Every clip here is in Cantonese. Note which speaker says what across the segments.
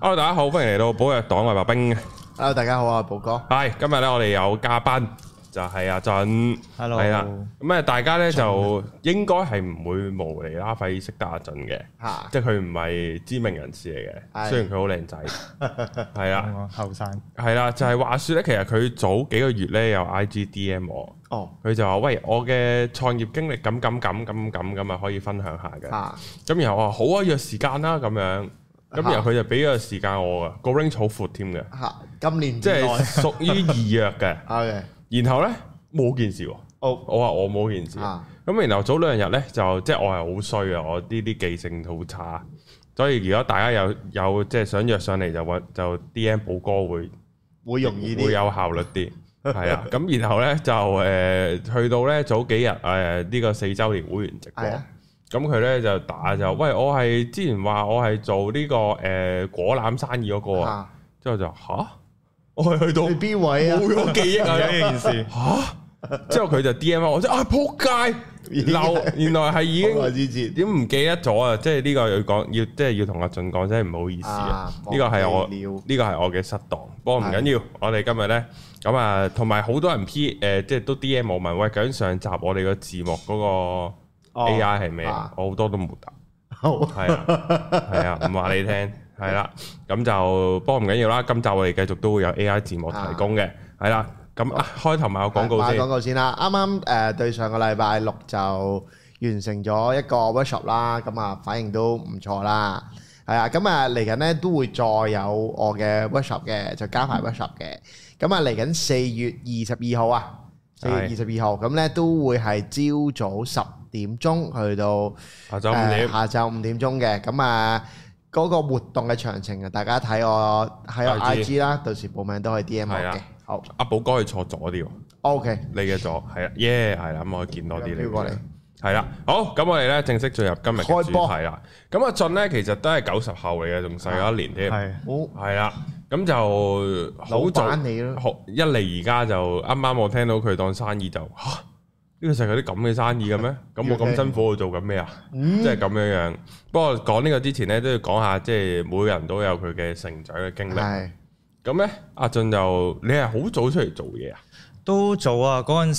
Speaker 1: Hello，大家好，歡迎嚟到寶藥黨，我係白冰。
Speaker 2: Hello，大家好啊，寶哥。
Speaker 1: 係今日咧，我哋有嘉賓，就係阿俊。
Speaker 3: Hello
Speaker 1: 係啦，咁啊，大家咧就應該係唔會無厘啦廢識得阿俊嘅，
Speaker 2: 吓，
Speaker 1: 即係佢唔係知名人士嚟嘅，
Speaker 2: 係
Speaker 1: 雖然佢好靚仔。係啦，
Speaker 3: 我後 生，
Speaker 1: 係啦，就係話說咧，其實佢早幾個月咧有 I G D M 我，
Speaker 2: 哦，
Speaker 1: 佢就話喂，我嘅創業經歷咁咁咁咁咁咁啊，可以分享下嘅。
Speaker 2: 吓，
Speaker 1: 咁然後我話好啊，約時間啦咁樣。咁
Speaker 2: 嚇
Speaker 1: 然後佢就俾咗個時間我啊，個 range 好闊添嘅，
Speaker 2: 吓，今年
Speaker 1: 即
Speaker 2: 之
Speaker 1: 係
Speaker 2: 內
Speaker 1: 屬於易約嘅。
Speaker 2: ，OK，
Speaker 1: 然後咧冇件事喎，
Speaker 2: 哦，
Speaker 1: 我話我冇件事。
Speaker 2: 啊，
Speaker 1: 咁然後早兩日咧就即係我係好衰啊，我呢啲記性好差，所以如果大家有有即係想約上嚟就揾就 D M 寶哥會
Speaker 2: 會容易
Speaker 1: 會
Speaker 2: 啲，
Speaker 1: 有效率啲。係啊，咁然後咧就誒、呃去到咧早幾日誒呢個四週年會員直播
Speaker 2: 係，啊，
Speaker 1: 咁佢咧就打就喂我係之前話我係做呢、個誒、呃果籃生意嗰、個啊，
Speaker 2: 吓，
Speaker 1: 之後就吓，我係去到
Speaker 2: 去邊位啊
Speaker 1: 冇？咗記憶啊！
Speaker 3: 呢件事
Speaker 1: 吓，之後佢就 D M 我，我真係啊仆街，嬲，原來係已
Speaker 2: 好耐
Speaker 1: 經
Speaker 2: 之前
Speaker 1: 點唔記得咗啊！即係呢個要講，要即係要同阿俊講，真係唔好意思啊
Speaker 2: 啊！
Speaker 1: 呢個係我
Speaker 2: 忘記了
Speaker 1: 呢個係我嘅失當，不過唔緊要。我哋今日呢，咁啊，同埋好多人 P 誒，即係都 D M 我問喂，究竟上集我哋個字幕嗰
Speaker 2: Ờ.
Speaker 1: 個 A I 係咩啊
Speaker 2: 啊？
Speaker 1: 我好多都冇答。
Speaker 2: 好，
Speaker 1: 係啊，係啊，唔話你聽，係啦，咁就不過唔緊要啦。今集我哋繼續都會有 AI 字幕提供嘅，係啦。咁啊，開頭賣個廣告
Speaker 2: 賣
Speaker 1: 先
Speaker 2: 廣，告先啦。啱啱誒對上個禮拜六就完成咗一個 workshop 啦，咁啊反應都唔錯啦。係啊，咁啊嚟緊咧都會再有我嘅 workshop 嘅，就加埋 workshop 嘅。咁啊嚟緊四月二十二號啊，四月二十二號咁咧都會係朝早十點鐘去到。
Speaker 1: 下晝五點
Speaker 2: 誒，下晝五點鐘嘅，咁啊嗰個活動嘅詳情啊，大家睇我喺我
Speaker 1: IG
Speaker 2: IG 啦，到時報名都可以 DM 我
Speaker 1: 係啦
Speaker 2: 嘅。好
Speaker 1: 阿寶哥係坐左啲喎，
Speaker 2: ，OK，
Speaker 1: 你嘅左係
Speaker 2: 嗯
Speaker 1: 啦，耶係啦，咁我可以見多啲你
Speaker 2: 咁飄過嚟。
Speaker 1: 係啦，好，咁我哋咧正式進入今日嘅
Speaker 2: 開
Speaker 1: 主
Speaker 2: 波
Speaker 1: 題啦。咁阿俊咧其實都係九十後嚟嘅，仲細
Speaker 2: 啊
Speaker 1: 咗一年添，
Speaker 3: 係
Speaker 2: 好
Speaker 1: 係啦。咁就好
Speaker 2: 老
Speaker 1: 早
Speaker 2: 闆你咯，
Speaker 1: 學一嚟而家就啱啱我聽到佢當生意就吓呢個世界有啲咁嘅生意嘅咩？咁我咁辛苦我做緊咩啊？
Speaker 2: 嗯
Speaker 1: 即係咁樣樣。不過講呢個之前咧都要講下，即係每個人都有佢嘅成長嘅經歷。
Speaker 2: 係
Speaker 1: 咁咧，阿俊就你係好早出嚟做嘢啊？
Speaker 3: 都早啊！嗰陣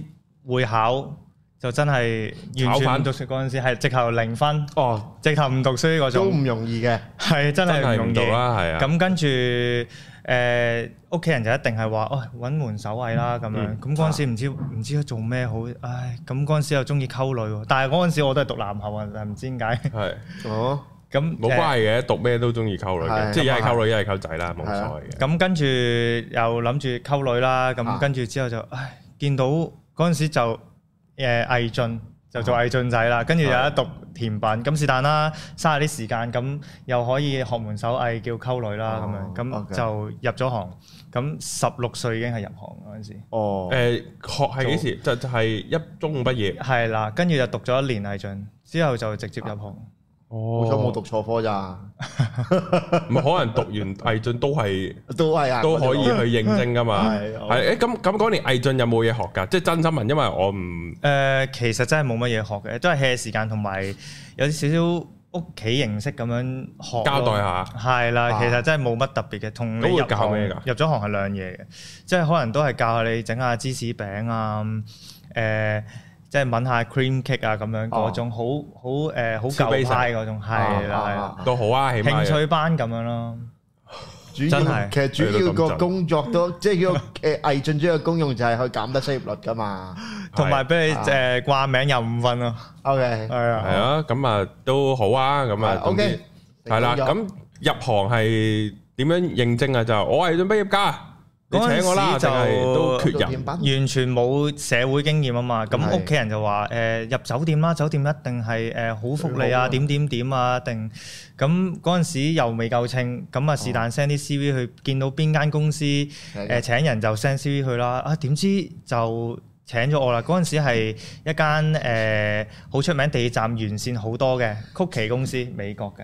Speaker 3: 時會考就真係完
Speaker 1: 炒
Speaker 3: 全
Speaker 1: 飯
Speaker 3: 唔讀書嗰陣時，係直頭零分，
Speaker 1: 哦，
Speaker 3: 直頭唔讀書嗰
Speaker 2: 都
Speaker 3: 種，
Speaker 2: 唔容易嘅，
Speaker 3: 係
Speaker 1: 真
Speaker 3: 真係唔
Speaker 1: 係
Speaker 3: 容
Speaker 1: 唔到
Speaker 3: 易。
Speaker 1: 啦，係啊。
Speaker 3: 咁跟住誒屋企人就一定係話，哦揾門手藝啦咁樣。
Speaker 1: 嗯
Speaker 3: 咁嗰陣時唔知唔知做咩好，唉！咁嗰陣時又中意溝女喎，但係嗰陣時我都係讀男校啊，但係唔知點解。
Speaker 1: 係
Speaker 2: 哦，
Speaker 3: 咁
Speaker 1: 冇
Speaker 3: 誒
Speaker 1: 關係嘅，讀咩都中意溝女嘅，
Speaker 2: 係
Speaker 1: 即係一係
Speaker 3: 咁啊
Speaker 1: 溝女一係溝仔啦，冇
Speaker 2: 係啊
Speaker 1: 所謂嘅。
Speaker 3: 咁跟住又諗住溝女啦，
Speaker 2: 啊
Speaker 3: 咁跟住之後就唉，見到嗰陣時就誒藝進，就
Speaker 2: 啊
Speaker 3: 做藝進仔啦。跟住有
Speaker 1: 係
Speaker 3: 得讀甜品，咁是但啦，嘥下啲時間，咁又可以學門手藝叫溝女啦，咁
Speaker 2: 哦
Speaker 3: 樣咁
Speaker 2: OK
Speaker 3: 就入咗行。咁十六歲已經係入行嗰陣時，
Speaker 2: 哦，
Speaker 1: 誒，學係幾時？就就係一中五畢業。
Speaker 3: 係啦，跟住就讀咗一年藝進，之後就直接入行。
Speaker 1: 哦
Speaker 2: 好彩冇讀錯科咋，
Speaker 1: 唔係可能讀完藝進都係。
Speaker 2: 都係啊，
Speaker 1: 都可以
Speaker 2: 嗰
Speaker 1: 去應徵噶嘛。
Speaker 2: 係好
Speaker 1: 係誒，咁咁嗰年藝進有冇嘢學㗎？即係真心問，因為我唔
Speaker 3: 誒、呃其實真係冇乜嘢學嘅，都係 hea 時間同埋有啲少少屋企形式咁樣學咯。
Speaker 1: 交代下
Speaker 3: 係啦，
Speaker 2: 啊
Speaker 3: 其實真係冇乜特別嘅，同你
Speaker 1: 咁會
Speaker 3: 入
Speaker 1: 教
Speaker 3: 行
Speaker 1: 咩㗎
Speaker 3: 入咗行係兩嘢嘅，即係可能都係教下你整下芝士餅啊，誒、即係揾下 cream cake 啊咁樣嗰種，好好誒好
Speaker 1: 哦超
Speaker 3: 舊派嗰種，係啦係
Speaker 2: 啊
Speaker 3: 啦，
Speaker 1: 都好啊，起
Speaker 3: 興
Speaker 1: 碼
Speaker 3: 趣班咁樣咯，
Speaker 2: 主要
Speaker 3: 真係
Speaker 2: 其實主要
Speaker 1: 去到咁
Speaker 2: 個
Speaker 1: 盡
Speaker 2: 工作都即係個誒藝進主要嘅功用就係去減低失業率噶嘛
Speaker 3: 同埋俾你
Speaker 2: 啊
Speaker 3: 誒掛名有五分咯，
Speaker 2: ，OK，
Speaker 3: 係
Speaker 1: 係
Speaker 3: 啊，
Speaker 1: 啊，咁啊都好啊，咁啊
Speaker 2: 係
Speaker 1: 總之
Speaker 2: OK，
Speaker 1: 係啦。
Speaker 2: 成功
Speaker 1: 咁
Speaker 2: 咗
Speaker 1: 入行係點樣應徵啊？就係我係準畢業㗎，你
Speaker 3: 嗰陣
Speaker 1: 請我啦，
Speaker 3: 時
Speaker 1: 定
Speaker 3: 就
Speaker 1: 係都缺
Speaker 2: 做甜
Speaker 1: 人？
Speaker 2: 品
Speaker 3: 完全冇社會經驗啊嘛，咁
Speaker 2: 係
Speaker 3: 屋企人就話誒、入酒店啦，酒店一定係誒好福利
Speaker 2: 最好
Speaker 3: 啊，
Speaker 2: 啊
Speaker 3: 點點點啊，一定咁嗰陣時又未夠稱，咁啊是但 send 啲 CV 去，見到邊間公司誒、請人就 send CV 去啦，啊點知就請咗我啦，嗰陣時係一間誒好、出名地鐵站沿線好多嘅曲奇公司，美國嘅。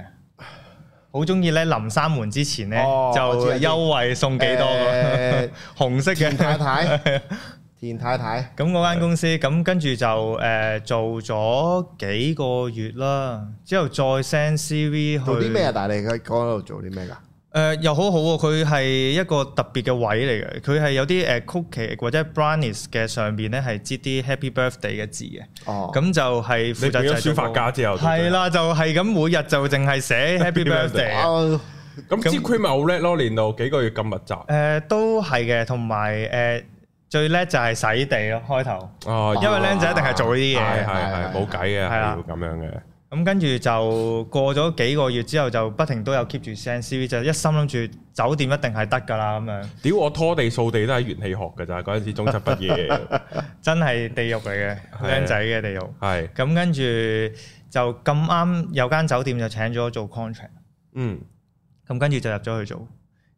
Speaker 3: 好中意咧，臨閂門之前咧、
Speaker 2: 哦我知
Speaker 3: 就
Speaker 2: 我知
Speaker 3: 優惠送幾多個、
Speaker 2: 誒
Speaker 3: 紅色嘅
Speaker 2: 田太太田太太，
Speaker 3: 咁嗰間公司，咁跟住就誒、呃做咗幾個月啦，之後再 send CV 去
Speaker 2: 做啲咩啊？但係你喺嗰度做啲咩㗎？
Speaker 3: 誒、又好好喎，佢係一個特別嘅位嚟嘅，佢係有啲誒 cookie 或者 brownies 嘅上邊咧係擠啲 Happy Birthday 嘅字嘅，
Speaker 2: 哦，
Speaker 3: 咁、就係負
Speaker 1: 你
Speaker 3: 責
Speaker 1: 變咗
Speaker 3: 製
Speaker 1: 書
Speaker 3: 作
Speaker 1: 法
Speaker 3: 嗰個
Speaker 1: 家之後，
Speaker 3: 係，啦，就係咁每日就淨 係寫 Happy Birthday 啊。
Speaker 2: 哦
Speaker 1: 咁 J Cream 咪好叻咯，練到幾個月咁密集
Speaker 3: 誒、呃都係嘅，同埋誒最叻就係洗地咯，開頭，
Speaker 1: 啊，
Speaker 3: 因為僆仔一定係做呢啲
Speaker 1: 係係
Speaker 3: 嘢，
Speaker 1: 係冇計嘅，係
Speaker 3: 係啦
Speaker 1: 要咁樣嘅。
Speaker 3: 咁跟住就過咗幾個月之後，就不停都有 keep 住 send CV，就一心諗住酒店一定係得㗎啦咁樣，
Speaker 1: 屌我拖地掃地都係元氣學㗎咋，嗰陣時中七畢業，
Speaker 3: 真係地獄嚟嘅，
Speaker 1: 係
Speaker 3: 僆仔嘅地獄。
Speaker 1: 係
Speaker 3: 咁跟住就咁啱有間酒店就請咗我做 contract，
Speaker 1: 嗯
Speaker 3: 咁跟住就入咗去做，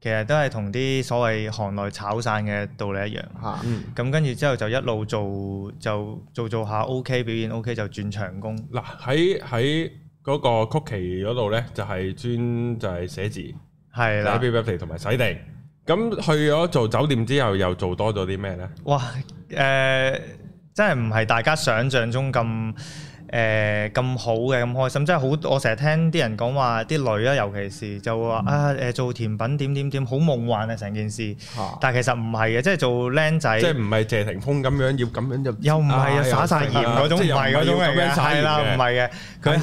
Speaker 3: 其實都係同啲所謂行內炒散嘅道理一樣。
Speaker 2: 嚇
Speaker 1: 嗯。
Speaker 3: 咁跟住之後就一路做，就做做下 OK 表現 OK 就轉長工，
Speaker 1: 嗱喺喺嗰個曲奇嗰度咧，就係專就係寫字、
Speaker 3: 係
Speaker 1: 寫
Speaker 3: 啦
Speaker 1: b。i b i 同埋洗地。咁去咗做酒店之後，又做多咗啲咩咧？
Speaker 3: 哇！誒、真係唔係大家想象中咁誒咁好嘅咁開心，真係好。我成日聽啲人講話啲女啊，尤其是就會話啊誒、做甜品點點點，好夢幻啊成件事。
Speaker 2: 嚇
Speaker 3: 但係其實唔係嘅，即係做僆
Speaker 1: 即係
Speaker 3: 仔。
Speaker 1: 唔係謝霆鋒咁樣要咁樣就
Speaker 3: 又唔係啊，灑晒鹽嗰種，唔
Speaker 1: 即係又
Speaker 3: 係嗰種嚟
Speaker 1: 要咁樣
Speaker 3: 嘅，
Speaker 1: 灑鹽
Speaker 3: 係啦，
Speaker 1: 嘅
Speaker 3: 唔係嘅，佢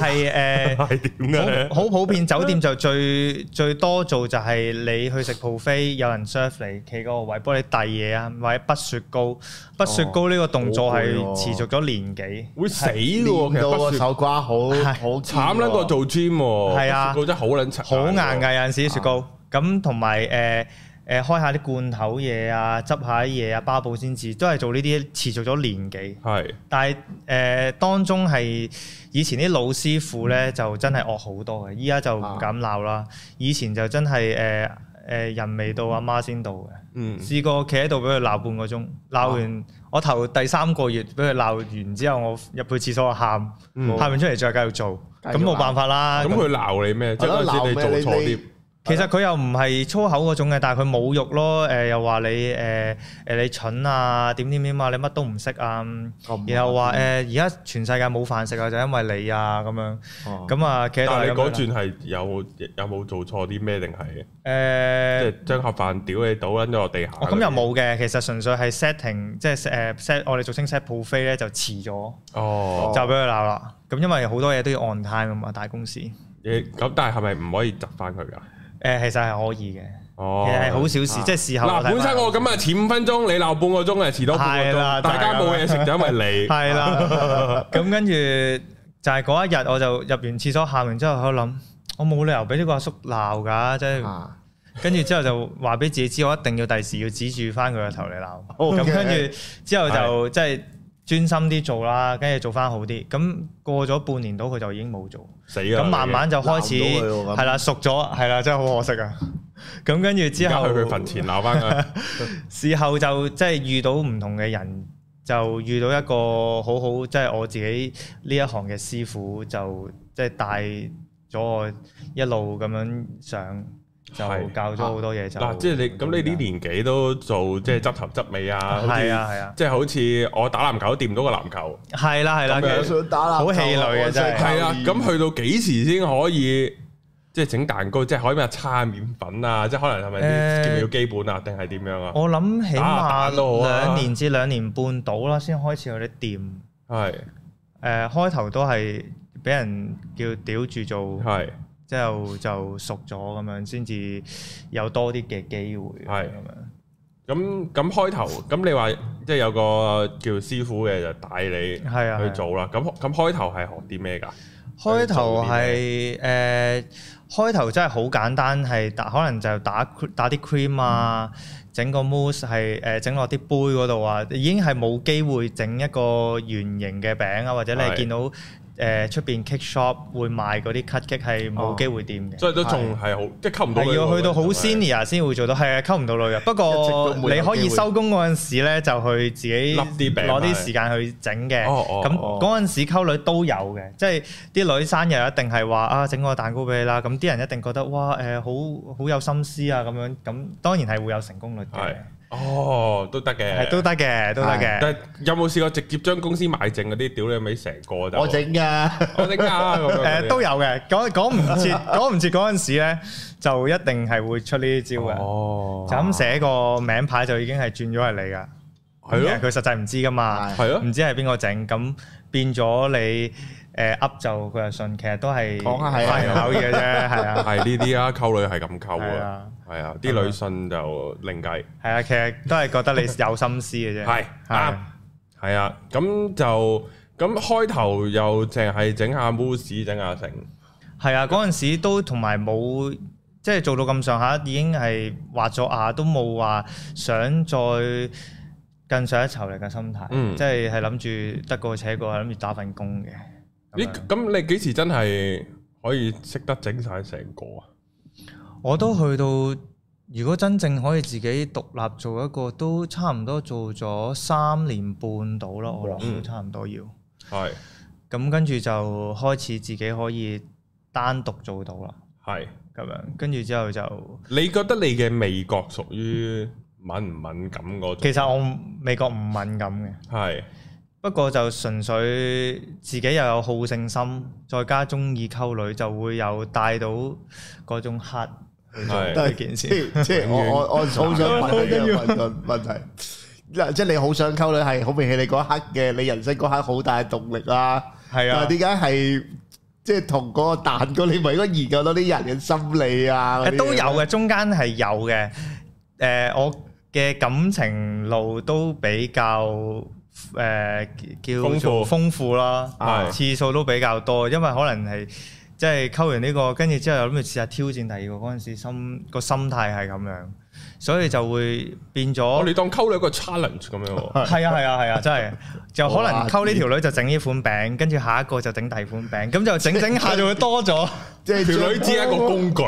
Speaker 3: 係誒。
Speaker 1: 係點嘅咧？
Speaker 3: 好好普遍，酒店就最最多做就係你去食 buffet，有人 serve 你，企嗰個位幫你遞嘢啊，或者畢雪糕。畢雪糕呢個動作係
Speaker 2: 哦好攰喎
Speaker 3: 持續咗年幾。
Speaker 1: 會死嘅喎，其實
Speaker 2: 練到
Speaker 1: 不
Speaker 2: 個
Speaker 1: 雪
Speaker 2: 手瓜好好
Speaker 1: 慘撚過做 gym 喎，
Speaker 3: 係啊
Speaker 1: 個真係好撚殘，
Speaker 3: 好硬㗎，有陣時啲雪
Speaker 2: 啊
Speaker 3: 糕。咁同埋誒誒開下啲罐頭嘢啊，執下啲嘢啊，巴布先至都係做呢啲，持續咗年幾。
Speaker 1: 係
Speaker 3: 但係誒、呃、當中係以前啲老師傅咧就真係惡好多嘅，依家就
Speaker 1: 啊
Speaker 3: 唔敢鬧啦。以前就真係誒誒人未到阿媽先到嘅。
Speaker 1: 嗯啊
Speaker 3: 試過企喺度俾佢鬧半個鐘，鬧完我頭第三個月俾佢鬧完之後，我入去廁所喊，
Speaker 1: 嗯
Speaker 3: 喊完出嚟再繼續做，
Speaker 2: 繼續
Speaker 3: 咁冇
Speaker 2: 鬧
Speaker 3: 辦法啦。
Speaker 1: 咁
Speaker 3: 咁
Speaker 1: 佢鬧你咩？即係嗰陣時你做錯啲，
Speaker 3: 其實佢又唔係粗口嗰種嘅，但係佢侮辱咯，誒、又話你誒誒、你蠢啊，點點點啊，你乜都唔識啊，然後話誒
Speaker 1: 嗯
Speaker 3: 而家全世界冇飯食啊，就因為你啊咁樣，
Speaker 2: 咁
Speaker 3: 咁啊企
Speaker 1: 哦但
Speaker 3: 喺度
Speaker 1: 係
Speaker 3: 係
Speaker 1: 你
Speaker 3: 咁
Speaker 1: 嗰
Speaker 3: 樣啦
Speaker 1: 轉係有有冇做錯啲咩定係？即
Speaker 3: 誒
Speaker 1: 係將盒飯屌你倒撚咗落地下。
Speaker 3: 哦，咁又。冇嘅，其實純粹係 setting，即係誒 set 我哋俗稱 set buffet 咧就遲咗。
Speaker 1: 哦，
Speaker 3: 就俾佢鬧啦。咁因為好多嘢都要 on time 啊嘛，大公司。誒、
Speaker 1: 誒咁但係係咪唔可以執翻佢㗎？
Speaker 3: 其實係可以嘅，
Speaker 1: 哦，
Speaker 3: 其實係好小事，
Speaker 2: 啊
Speaker 3: 即係事後
Speaker 1: 嗱，
Speaker 3: 我睇返
Speaker 1: 本身我咁啊，遲五分鐘，你鬧半個鐘啊，遲多半個
Speaker 3: 係啦
Speaker 1: 鐘，大家
Speaker 3: 就係咁
Speaker 1: 冇嘢食就因為你。
Speaker 3: 係 啦。咁跟住就係嗰一日，我就入完廁所喊完之後，我諗我冇理由俾呢個阿叔鬧㗎，即係
Speaker 2: 啊
Speaker 3: 跟住之後就話俾自己知，我一定要第時要指住翻佢個頭嚟鬧。
Speaker 2: OK
Speaker 3: 咁跟住之後就即係。專心啲做啦，跟住做翻好啲。咁過咗半年到，佢就已經冇做。
Speaker 1: 死啦！
Speaker 3: 咁慢慢就開始
Speaker 2: 鬧到佢喎咁
Speaker 3: 係啦，熟咗係啦，真係好可惜啊！咁跟住
Speaker 1: 而
Speaker 3: 之
Speaker 1: 家
Speaker 3: 後
Speaker 1: 去佢墳前鬧翻佢。
Speaker 3: 事後就即係遇到唔同嘅人，就遇到一個好好即係我自己呢一行嘅師傅，就即係帶咗我一路咁樣上，就
Speaker 1: 係啊
Speaker 3: 教咗好多嘢。就
Speaker 1: 嗱，即係你咁，你呢年紀都做即係執頭執尾啊，好
Speaker 3: 係
Speaker 1: 似
Speaker 3: 啊係啊，
Speaker 1: 即係好似我打籃球掂到個籃球，
Speaker 3: 係啦係啦，
Speaker 1: 咁樣
Speaker 3: 其實
Speaker 2: 想打籃球
Speaker 3: 好氣餒啊真係
Speaker 1: 係啊，咁去到幾時先可以即係整蛋糕？即係可以咩叉麵粉啊？即係可能係咪啲
Speaker 3: 誒
Speaker 1: 叫唔叫基本啊？定係點樣啊？
Speaker 3: 我諗起
Speaker 1: 打
Speaker 3: 碼
Speaker 1: 打都好啊
Speaker 3: 兩年至兩年半到啦，先開始有啲掂。
Speaker 1: 係
Speaker 3: 誒開頭都係俾人叫屌住做。
Speaker 1: 係
Speaker 3: 之後就熟咗咁樣，先至有多啲嘅機會。
Speaker 1: 係
Speaker 3: 咁樣，
Speaker 1: 咁咁開頭咁你話即係有個叫師傅嘅就帶你。
Speaker 3: 係啊。
Speaker 1: 去做啦。咁咁開頭係學啲咩㗎？
Speaker 3: 開頭係誒，開頭真係好簡單，係打可能就打打啲 cream 啊，
Speaker 1: 嗯
Speaker 3: 整個 mousse 係誒整落啲杯嗰度啊，已經係冇機會整一個圓形嘅餅啊，或者
Speaker 1: 係
Speaker 3: 你見到誒出邊 cake shop 會賣嗰啲 cut cake 係冇機會掂嘅。
Speaker 1: 所以都仲係好，即係哦溝唔到女
Speaker 3: 係
Speaker 1: 喎。
Speaker 3: 要去到好
Speaker 1: 仲係
Speaker 3: senior 先會做到，係啊，溝唔到女嘅。不
Speaker 2: 一
Speaker 3: 過
Speaker 2: 直都冇
Speaker 3: 你可
Speaker 2: 有機
Speaker 3: 以
Speaker 2: 會
Speaker 3: 收工嗰陣時咧，就去自己
Speaker 1: 笠啲餅
Speaker 3: 攞
Speaker 1: 係
Speaker 3: 啲時間去整嘅。
Speaker 1: 哦哦
Speaker 3: 咁
Speaker 1: 哦
Speaker 3: 嗰陣時溝女都有嘅，即係啲女生日一定係話啊，整個蛋糕俾你啦。咁啲人一定覺得哇誒，好好有心思啊咁樣。咁當然係會有成功率嘅
Speaker 1: 係。哦，都得嘅，
Speaker 3: 係都得嘅，都得嘅。
Speaker 1: 但系有冇試過直接將公司賣剩嗰啲屌你咪成個就
Speaker 2: 我整噶，
Speaker 1: 我整啊咁樣嗰
Speaker 3: 誒
Speaker 1: 啲
Speaker 3: 都有嘅，講講唔切，講唔切嗰陣時咧，就一定係會出呢啲招嘅。
Speaker 1: 哦
Speaker 3: 就咁寫個名牌就已經係轉咗係你噶，
Speaker 1: 係
Speaker 3: 因為
Speaker 1: 咯
Speaker 3: 佢實際唔知噶嘛，
Speaker 1: 係咯
Speaker 3: 唔知係邊個整，咁變咗你誒噏就佢就信，其實都係
Speaker 2: 講下係啊
Speaker 3: 花言巧語嘅啫，係啊。
Speaker 1: 係呢啲啊，溝女係咁溝
Speaker 3: 係
Speaker 1: 啊，
Speaker 3: 啊，
Speaker 1: 係啊，啲女信就另計，
Speaker 3: 係啊，其實都係覺得你有心思嘅啫。
Speaker 1: 係啱
Speaker 3: 係，
Speaker 1: 係啊，咁就咁開頭又淨係整下 m o s e 整下成，
Speaker 3: 係啊，嗰陣時都同埋冇即係做到咁上下，已經係畫咗牙，都冇話想再更上一籌嚟嘅心態。
Speaker 1: 嗯
Speaker 3: 即係係諗住得過且過，係諗住打份工嘅。
Speaker 1: 你
Speaker 3: 咁樣
Speaker 1: 咁你幾時真係可以識得整晒成個啊？
Speaker 3: 我都去到，如果真正可以自己獨立做一個，都差唔多做咗三年半到咯，我諗
Speaker 1: 嗯
Speaker 3: 都差唔多要。
Speaker 1: 係
Speaker 3: 咁跟住就開始自己可以單獨做到啦，
Speaker 1: 係，
Speaker 3: 咁樣跟住之後就
Speaker 1: 你覺得你嘅味覺屬於敏唔敏感嗰種？
Speaker 3: 其實我美國唔敏感嘅，
Speaker 1: 係
Speaker 3: 不過就純粹自己又有好勝心，再加中意溝女，就會有帶到嗰種黑
Speaker 1: 係。
Speaker 3: 呢件事。
Speaker 2: 即即我我我好想問你一個問問題。嗱，即係你好想溝女係好明顯，你嗰一刻嘅你人生嗰一刻好大嘅動力啦。
Speaker 3: 係
Speaker 2: 但
Speaker 3: 啊
Speaker 2: 係，點解係即係同嗰個蛋哥，你咪應該研究多啲人嘅心理啊？嗰啲
Speaker 3: 誒
Speaker 2: 嘢
Speaker 3: 都有嘅，中間係有嘅。誒、我嘅感情路都比較誒、叫
Speaker 1: 豐
Speaker 3: 做
Speaker 1: 富
Speaker 3: 豐富啦
Speaker 1: 係，
Speaker 3: 次數都比較多，因為可能係即係溝完呢、個，跟住之後又諗住試下啊挑戰第二個嗰陣時，心個心態係咁樣，所以就會變
Speaker 1: 我
Speaker 3: 咗。
Speaker 1: 哋當溝女一個 challenge 咁樣喎，
Speaker 3: 係啊係啊係啊，真係就可
Speaker 2: 哇
Speaker 3: 能溝呢條女就整呢款餅，跟住下一個就整第二款餅，咁就整整下就會多咗。
Speaker 2: 即係
Speaker 1: 條女只係一個工具，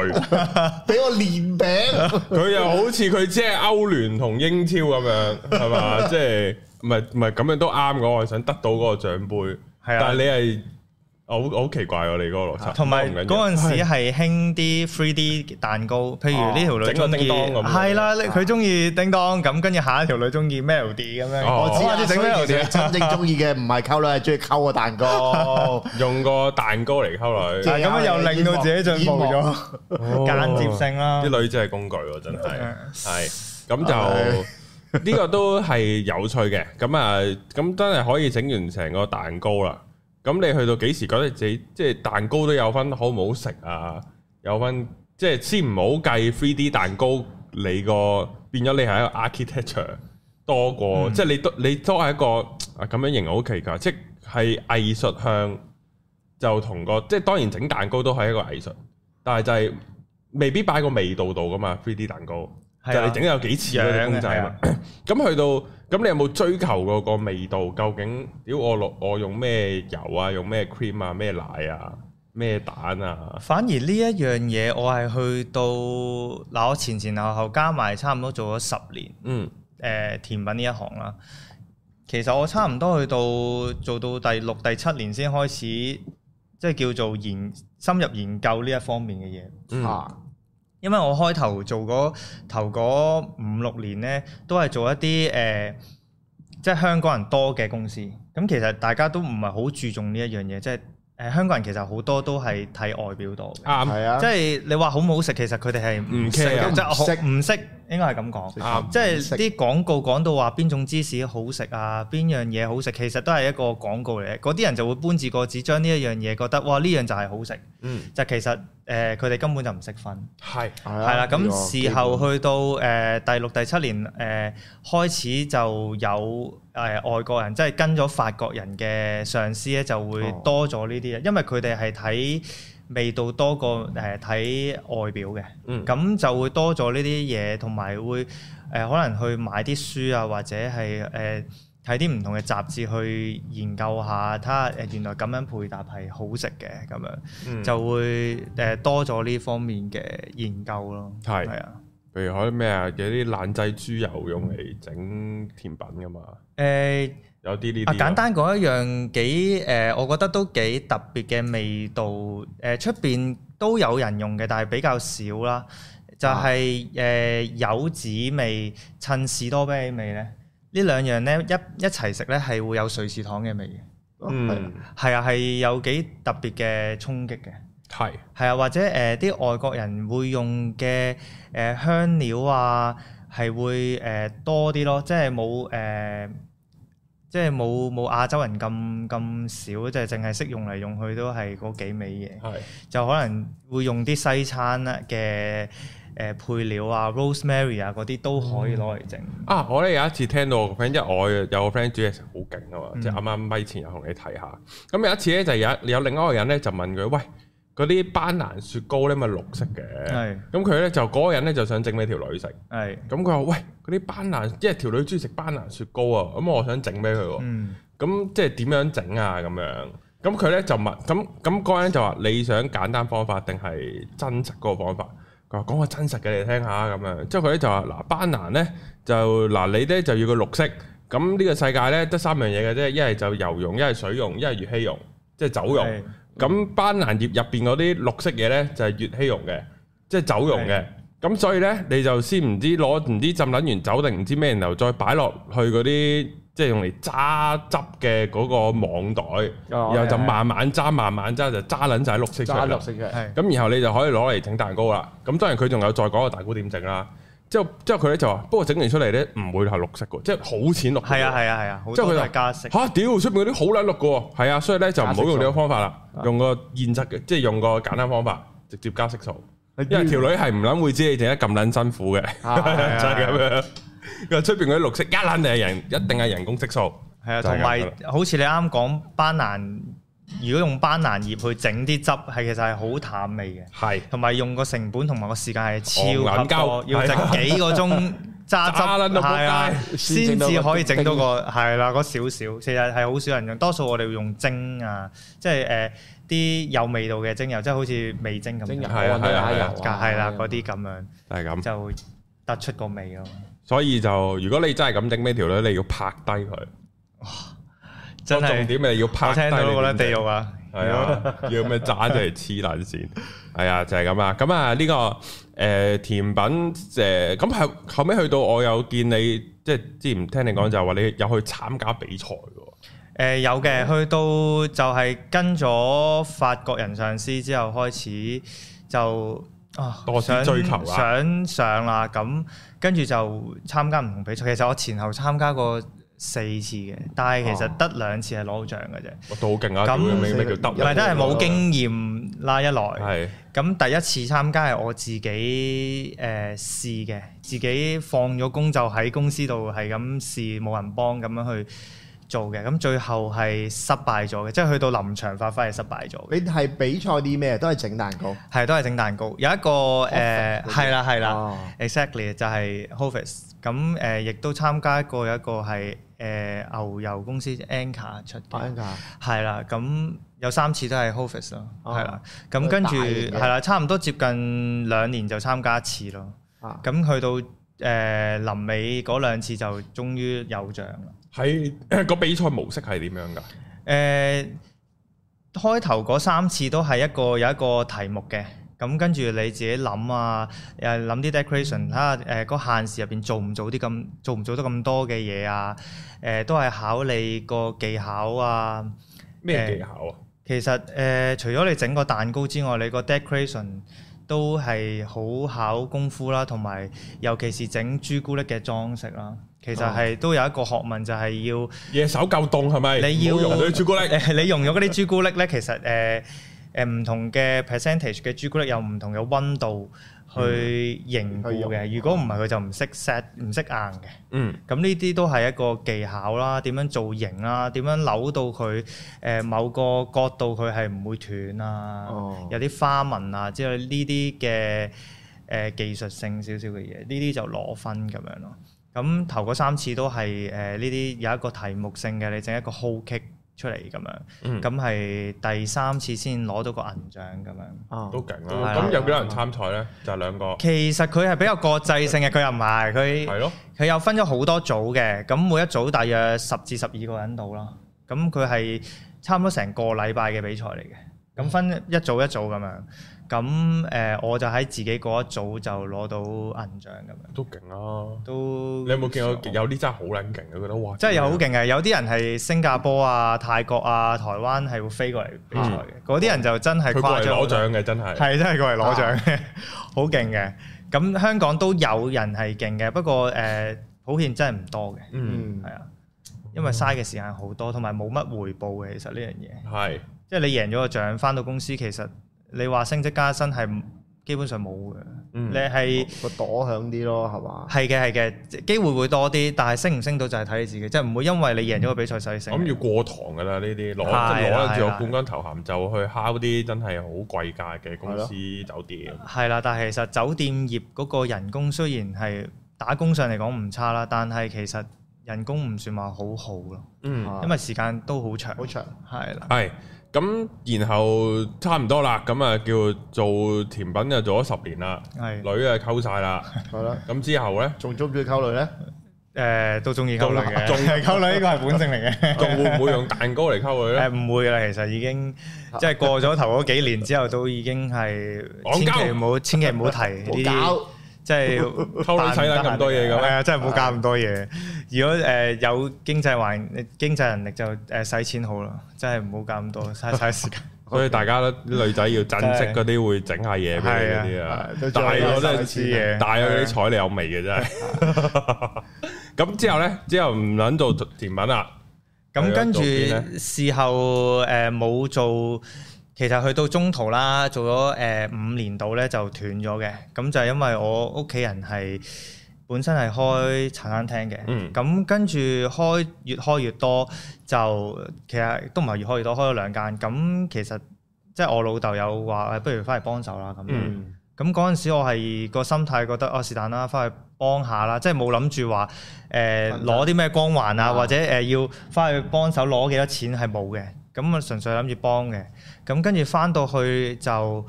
Speaker 2: 俾我練餅。
Speaker 1: 佢又好似佢只係歐聯同英超咁樣，係 嘛？即係唔係唔係咁樣都啱嘅，我係想得到嗰個獎杯。
Speaker 3: 係啊
Speaker 1: 但係你係我好我好奇怪喎，你嗰個邏輯。
Speaker 3: 同埋
Speaker 1: 不啊過唔緊要
Speaker 3: 嗰陣時係興啲 3D 蛋糕，譬如
Speaker 2: 哦
Speaker 3: 呢條女
Speaker 1: 整個
Speaker 3: 中
Speaker 1: 叮
Speaker 3: 意
Speaker 1: 當咁
Speaker 3: 係啦，呢佢中意叮當咁，跟住下一條女中意 Melody 咁樣，
Speaker 1: 哦
Speaker 2: 我知
Speaker 3: 哇
Speaker 2: 啊，
Speaker 3: 你整
Speaker 2: 所以
Speaker 3: Melody
Speaker 2: 其實真正中意嘅唔係溝女，啊係中意溝個蛋 糕。
Speaker 1: 用個蛋糕嚟溝
Speaker 3: 係咁樣又令到自己進步
Speaker 2: 煙
Speaker 3: 咗，
Speaker 1: 女，
Speaker 3: 間接性啦。
Speaker 1: 哦啲女真係工具喎，真係
Speaker 3: 嗯
Speaker 1: 係咁就呢個都係有趣嘅。咁啊，咁真係可以整完成個蛋糕啦。咁你去到幾時覺得自己即係蛋糕都有分好唔好食啊？有分即係先唔好計 3D 蛋糕，你個變咗你係一個 architecture 多過，
Speaker 3: 嗯
Speaker 1: 即係你都你都係一個啊咁樣形容好奇怪，即係藝術向就同個即係當然整蛋糕都係一個藝術，但係就係未必擺個味道度噶嘛 3D 蛋糕。
Speaker 3: 係啊啊
Speaker 1: 就係你整得有幾似嗰啲公仔嘛。咁去到咁，你有冇追求過個味道？究竟屌我落我用咩油啊？用咩 cream 啊？咩奶啊？咩蛋啊？
Speaker 3: 反而呢一樣嘢，我係去到嗱，我前前後後加埋差唔多做咗十年。
Speaker 1: 嗯，
Speaker 3: 誒、甜品呢一行啦。其實我差唔多去到做到第六、第七年先開始，即係叫做研深入研究呢一方面嘅嘢。
Speaker 1: 嗯
Speaker 2: 啊，
Speaker 3: 因為我開頭做嗰頭嗰五六年呢，都係做一啲誒、呃即係香港人多嘅公司。咁其實大家都唔係好注重呢一樣嘢，即係誒、呃香港人其實好多都係睇外表多嘅。
Speaker 1: 啱
Speaker 2: 係啊，
Speaker 3: 即係你話好唔好食，其實佢哋係
Speaker 1: 唔
Speaker 3: 識
Speaker 1: care
Speaker 3: 嘅即係
Speaker 2: 唔識
Speaker 3: 學唔識，應該係咁講。
Speaker 1: 啱
Speaker 3: 即係啲廣告講到話邊種芝士好食啊，邊樣嘢好食，其實都係一個廣告嚟嘅。嗰啲人就會搬字過紙，將呢一樣嘢覺得哇呢樣就係好食，
Speaker 1: 嗯，
Speaker 3: 就其實誒呃佢哋根本就唔識分。
Speaker 1: 係
Speaker 2: 係啊
Speaker 3: 係啦，
Speaker 2: 呢個
Speaker 3: 咁事後去到誒、呃第六、第七年誒、呃、開始就有誒、呃外國人，即係跟咗法國人嘅上司咧，就會
Speaker 2: 哦
Speaker 3: 多咗呢啲嘢，因為佢哋係睇味道多過誒睇、外表嘅，
Speaker 1: 嗯
Speaker 3: 咁、就會多咗呢啲嘢，同埋會誒、呃可能去買啲書啊，或者係誒。呃睇啲唔同嘅雜誌去研究下，睇下誒原來咁樣配搭係好食嘅咁樣。
Speaker 1: 嗯
Speaker 3: 就會誒多咗呢方面嘅研究咯。
Speaker 1: 係
Speaker 3: 係啊，
Speaker 1: 譬如嗰啲咩啊，有啲冷製豬油用嚟整甜品噶嘛，
Speaker 3: 誒
Speaker 1: 有啲呢
Speaker 3: 啊
Speaker 1: 啲
Speaker 3: 簡單講一樣幾誒，我覺得都幾特別嘅味道。誒出邊都有人用嘅，但係比較少啦。就係誒柚子味襯士多啤梨味咧，呢兩樣咧一一齊食咧係會有瑞士糖嘅味嘅，
Speaker 2: 哦
Speaker 1: 嗯，
Speaker 3: 係啊係有幾特別嘅衝擊嘅。
Speaker 1: 係
Speaker 3: 係啊，或者誒啲、外國人會用嘅誒、呃香料啊，係會誒、呃多啲咯，即係冇誒，即係冇冇亞洲人咁咁少，即係淨係識用嚟用去都係嗰幾味嘢，
Speaker 1: 係
Speaker 3: 就可能會用啲西餐啦嘅誒配料啊、rosemary 啊嗰啲都可以攞嚟整，
Speaker 1: 啊！我咧有一次聽到我個 friend，因為我有個 friend 煮嘢食好勁啊嘛，
Speaker 3: 嗯
Speaker 1: 即係啱啱咪前有同你睇下。咁有一次咧就有有另外一個人咧就問佢：喂，嗰啲斑斓雪糕咧咪綠色嘅？
Speaker 3: 係
Speaker 1: 咁佢咧就嗰個人咧就想整俾條女食。
Speaker 3: 係
Speaker 1: 咁佢話：喂，嗰啲斑斓，即係條女中意食斑斓雪糕啊！咁我想整俾佢喎。
Speaker 3: 嗯
Speaker 1: 咁即係點樣整啊？咁樣咁佢咧就問，咁咁嗰個人就話：你想簡單方法定係真實嗰個方法？佢話講個真實嘅你聽下咁樣。之後佢咧就話：嗱，斑斓咧就嗱，你咧就要個綠色。咁呢個世界咧得三樣嘢嘅啫，一係就油溶，一係水溶，一係乙烯溶，即係酒溶。
Speaker 3: 係
Speaker 1: 咁斑斓葉入邊嗰啲綠色嘢咧就係乙烯溶嘅，即係酒溶嘅。咁所以咧你就先唔知攞唔知浸撚完酒定唔知咩，然後再擺落去嗰啲即係用嚟揸汁嘅嗰個網袋，
Speaker 2: 哦
Speaker 1: 然後就
Speaker 3: 係係
Speaker 1: 慢慢揸慢慢揸就揸撚晒綠色出
Speaker 2: 揸
Speaker 1: 嚟啦
Speaker 2: 綠。色嘅，
Speaker 3: 係
Speaker 1: 咁然後你就可以攞嚟整蛋糕啦。咁當然佢仲有再講個蛋糕點整啦。之後之後佢咧就話，不過整完出嚟咧唔會係綠色嘅，即係好淺綠嘅喎。
Speaker 3: 係啊係啊係啊，好
Speaker 1: 即係佢
Speaker 3: 多都
Speaker 1: 就
Speaker 3: 係加色，
Speaker 1: 嚇屌出面嗰啲好撚綠嘅喎，係啊，所以咧就唔好用呢個方法啦
Speaker 3: 啊
Speaker 2: 加色，素
Speaker 1: 用個現實嘅，即係用個簡單方法，直接加色素，因為
Speaker 2: 係
Speaker 1: 條女係唔撚會知你整得咁撚辛苦 嘅，就
Speaker 2: 啊 係啊
Speaker 1: 係咁樣。佢話出邊嗰啲綠色一撚定係人，一定係人工色素，
Speaker 3: 係啊，
Speaker 1: 就係
Speaker 3: 同
Speaker 1: 咁
Speaker 3: 埋
Speaker 1: 㗎啦
Speaker 3: 好似你啱講斑蘭，如果用斑蘭葉去整啲汁，係其實係好淡味嘅，
Speaker 1: 係
Speaker 3: 同埋用個成本同埋個時間係
Speaker 1: 戇
Speaker 3: 超
Speaker 1: 撚
Speaker 3: 級多
Speaker 1: 鳩，
Speaker 3: 要整幾 個鐘揸汁，
Speaker 1: 哦揸撚到仆街
Speaker 3: 係啊，
Speaker 2: 先
Speaker 3: 先
Speaker 2: 整到個
Speaker 3: 至可以整到個係啦嗰少少，其實係好少人用，多數我哋會用蒸啊，即係誒啲有味道嘅蒸油，即係好似味精咁
Speaker 2: 精油
Speaker 3: 樣，
Speaker 1: 係啊係啊係啊嗯
Speaker 3: 係啦嗰啲咁樣
Speaker 1: 就係咁。
Speaker 3: 就突出個味咯，
Speaker 1: 所以就如果你真係咁整俾條女，你要拍低佢。
Speaker 3: 真
Speaker 1: 個重
Speaker 3: 係
Speaker 1: 點係要
Speaker 3: 我
Speaker 1: 拍低
Speaker 3: 聽
Speaker 1: 你
Speaker 3: 到
Speaker 1: 點整
Speaker 3: 覺得地獄啊！
Speaker 1: 係啊，要咩渣就嚟黐撚線，係啊，就係咁啊。咁啊，呢個誒甜品誒，咁後後尾去到我有見你，即係之前聽你講就係話你有去參加比賽喎，
Speaker 3: 誒、呃有嘅，去到就係跟咗法國人上司之後開始就啊
Speaker 1: 多啲
Speaker 3: 想
Speaker 1: 追求啦
Speaker 3: 想上啦，咁跟住就參加唔同比賽。其實我前後參加過四次嘅，但係其
Speaker 1: 哦
Speaker 3: 實得兩次係攞到獎嘅啫。
Speaker 1: 我都好勁啊！
Speaker 3: 咁
Speaker 1: 屌你咩咩叫
Speaker 2: 唔
Speaker 1: 得
Speaker 3: 唔係
Speaker 1: 力？
Speaker 3: 都係冇經驗啦，一來
Speaker 1: 係
Speaker 3: 咁第一次參加係我自己誒、試嘅，自己放咗工就喺公司度係咁試，冇人幫咁樣去做嘅。咁最後係失敗咗嘅，即係去到臨場發揮係失敗咗嘅。
Speaker 2: 你係比賽啲咩？都係整蛋糕。
Speaker 3: 係都係整蛋糕，有一個誒
Speaker 2: Office
Speaker 3: 係啦係啦
Speaker 2: 哦
Speaker 3: ，exactly 就係 Hovis。咁誒亦都參加過有一個係誒、呃牛油公司 Anchor 出嘅。
Speaker 2: 反㗎，
Speaker 3: 係啦，咁有三次都係 office 咯，
Speaker 2: 哦
Speaker 3: 係啦，咁跟住
Speaker 2: 都係大型嘅
Speaker 3: 係啦，差唔多接近兩年就參加一次咯，
Speaker 2: 啊
Speaker 3: 咁去到誒臨尾嗰兩次就終於有獎啦。
Speaker 1: 係 個比賽模式係點樣㗎？
Speaker 3: 誒呃開頭嗰三次都係一個有一個題目嘅，咁跟住你自己諗啊，誒諗啲 decoration，睇
Speaker 2: 嗯
Speaker 3: 下誒個限時入邊做唔做啲咁做唔做得咁多嘅嘢啊，誒、都係考你個技巧啊。
Speaker 1: 咩技巧啊？
Speaker 3: 其實誒、呃除咗你整個蛋糕之外，你個 decoration 都係好考功夫啦，同埋尤其是整朱古力嘅裝飾啦。其實係都有一個學問，就係要
Speaker 1: 嘢手夠凍係咪？
Speaker 3: 你要
Speaker 1: 唔好 用啲朱古力，
Speaker 3: 誒你用咗嗰啲朱古力咧，其實誒誒唔同嘅 percentage 嘅朱古力有唔同嘅温度去凝固嘅。如果唔係，佢就唔識 set 唔識硬嘅。
Speaker 1: 嗯，
Speaker 3: 咁呢啲都係一個技巧啦，點樣造型啦，點樣扭到佢誒、呃某個角度佢係唔會斷啊，
Speaker 2: 哦
Speaker 3: 有啲花紋啊之類呢啲嘅誒技術性少少嘅嘢，呢啲就攞分咁樣咯。咁頭嗰三次都係誒呢啲有一個題目性嘅，你整一個 whole cake 出嚟咁樣，
Speaker 1: 嗯
Speaker 3: 咁係、第三次先攞到個銀獎咁樣。
Speaker 2: 啊
Speaker 1: 都勁
Speaker 3: 係
Speaker 1: 啦。
Speaker 3: 啊
Speaker 1: 咁有幾多人參賽咧？就係兩 個，
Speaker 3: 其實佢係比較國際性嘅，佢又唔係佢。
Speaker 1: 係咯，
Speaker 3: 佢有分咗好多組嘅，咁每一組大約十至十二個人到啦。咁佢係差唔多成個禮拜嘅比賽嚟嘅，咁分一組一組咁樣。咁誒、呃我就喺自己嗰一組就攞到銀獎咁樣，
Speaker 1: 都勁啊！
Speaker 3: 都
Speaker 1: 你有冇見過有啲真係好撚勁嘅？覺得哇，
Speaker 3: 真係好勁嘅，有啲人係新加坡啊、泰國啊、台灣係會飛過嚟比賽嘅，嗰啲、人就真係
Speaker 1: 嗯佢過
Speaker 3: 誇
Speaker 1: 嚟
Speaker 3: 張好
Speaker 1: 攞
Speaker 3: 多，
Speaker 1: 獎嘅啊真係。
Speaker 3: 係真係過嚟攞獎嘅，好勁嘅。咁香港都有人係勁嘅，不過誒、呃普遍真係唔多嘅，
Speaker 1: 嗯，
Speaker 2: 嗯，
Speaker 3: 係啊，因為嘥嘅時間好多，同埋冇乜回報嘅。其實呢樣嘢，
Speaker 1: 係
Speaker 3: 即係你贏咗個獎，翻到公司其實你話升職加薪係基本上冇嘅，
Speaker 1: 嗯
Speaker 3: 你係。
Speaker 2: 個朵響啲咯，係嘛？
Speaker 3: 係嘅，係嘅，機會會多啲，但係升唔升到就係睇你自己，即係唔會因為你贏咗個比賽就去
Speaker 1: 我
Speaker 3: 升。
Speaker 1: 諗要過堂㗎啦，呢啲攞即
Speaker 3: 係啊
Speaker 1: 係攞
Speaker 3: 係
Speaker 1: 住個
Speaker 3: 係
Speaker 1: 冠軍頭銜就去敲啲真係好貴價嘅公司酒店。
Speaker 3: 係啦，但係其實酒店業嗰個人工雖然係打工上嚟講唔差啦，但係其實人工唔算話好好咯，
Speaker 1: 嗯，
Speaker 2: 啊
Speaker 3: 因為時間都好長。
Speaker 2: 好長，
Speaker 3: 係啦，
Speaker 1: 係咁，然後差唔多啦，咁啊叫做甜品就做咗十年啦，女
Speaker 3: 係
Speaker 1: 啊溝晒啦，
Speaker 2: 係啦。
Speaker 1: 咁之後咧
Speaker 2: 仲中唔中意溝女咧？
Speaker 3: 誒都中意溝女嘅，
Speaker 1: 仲
Speaker 3: 溝女呢個係本性嚟嘅。
Speaker 1: 仲會唔會用蛋糕嚟溝佢
Speaker 3: 誒
Speaker 1: 咧？
Speaker 3: 唔會㗎啦，其實已經即係過咗頭嗰幾年之後，都已經係
Speaker 1: 戇
Speaker 3: 千
Speaker 1: 鳩
Speaker 3: 祈唔好千祈唔好提 呢
Speaker 2: 冇
Speaker 3: 啲。
Speaker 2: 搞，
Speaker 3: 即係
Speaker 1: 溝女使得咁多嘢嘅咩
Speaker 3: 係啊，真係唔好搞咁多嘢。如果誒有經濟環經濟能力就誒使錢好啦，真係唔好搞咁多，嘥嘥時 間。
Speaker 1: 所以大家都啲女仔要珍惜嗰啲會整下嘢俾你嗰啲啊
Speaker 2: 係啊，
Speaker 1: 大我真係
Speaker 3: 知嘅
Speaker 1: 大我啲彩你有味嘅真係。咁之後咧，之後唔撚做甜品啊啦，
Speaker 3: 咁跟住
Speaker 1: 做邊呢
Speaker 3: 事後誒冇做，其實去到中途啦，做咗誒五年度咧就斷咗嘅。咁就係因為我屋企人係本身係開茶餐廳
Speaker 1: 嗯
Speaker 3: 嘅，咁跟住開越開越多，就其實都唔係越開越多，開咗兩間。咁其實即係我老豆有話哎誒，不如翻嚟幫手啦咁樣。
Speaker 1: 嗯
Speaker 2: 嗯，
Speaker 3: 咁嗰陣時我係個心態覺得哦是但啦，翻去幫下啦，即係冇諗住話誒
Speaker 2: 分擔
Speaker 3: 攞啲咩光環
Speaker 2: 啊
Speaker 3: 啊，或者誒、呃要翻去幫手攞幾多錢係冇嘅，咁啊純粹諗住幫嘅，咁跟住翻到去就誒、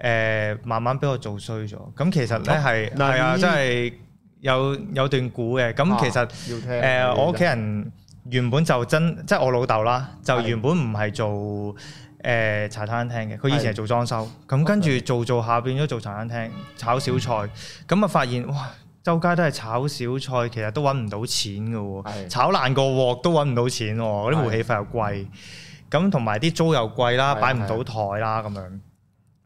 Speaker 3: 呃慢慢俾我做衰咗，咁其實咧係
Speaker 2: 嗱
Speaker 3: 係啊，
Speaker 2: 呢
Speaker 3: 真係有有段估嘅，咁其實。
Speaker 2: 要聽
Speaker 3: 誒、我屋企人原本就真即係我老豆啦，就原本唔係做誒、茶餐廳嘅，佢以前係做裝修，咁跟住做做下變咗做茶餐廳炒小菜，
Speaker 2: 嗯
Speaker 3: 咁啊發現哇周街都係炒小菜，其實都揾唔到錢嘅喎，
Speaker 2: 係
Speaker 3: 炒爛個鑊都揾唔到錢喎，
Speaker 2: 係
Speaker 3: 啲煤氣費又貴，咁同埋啲租又貴啦，
Speaker 2: 係啊
Speaker 3: 擺唔到台啦咁樣。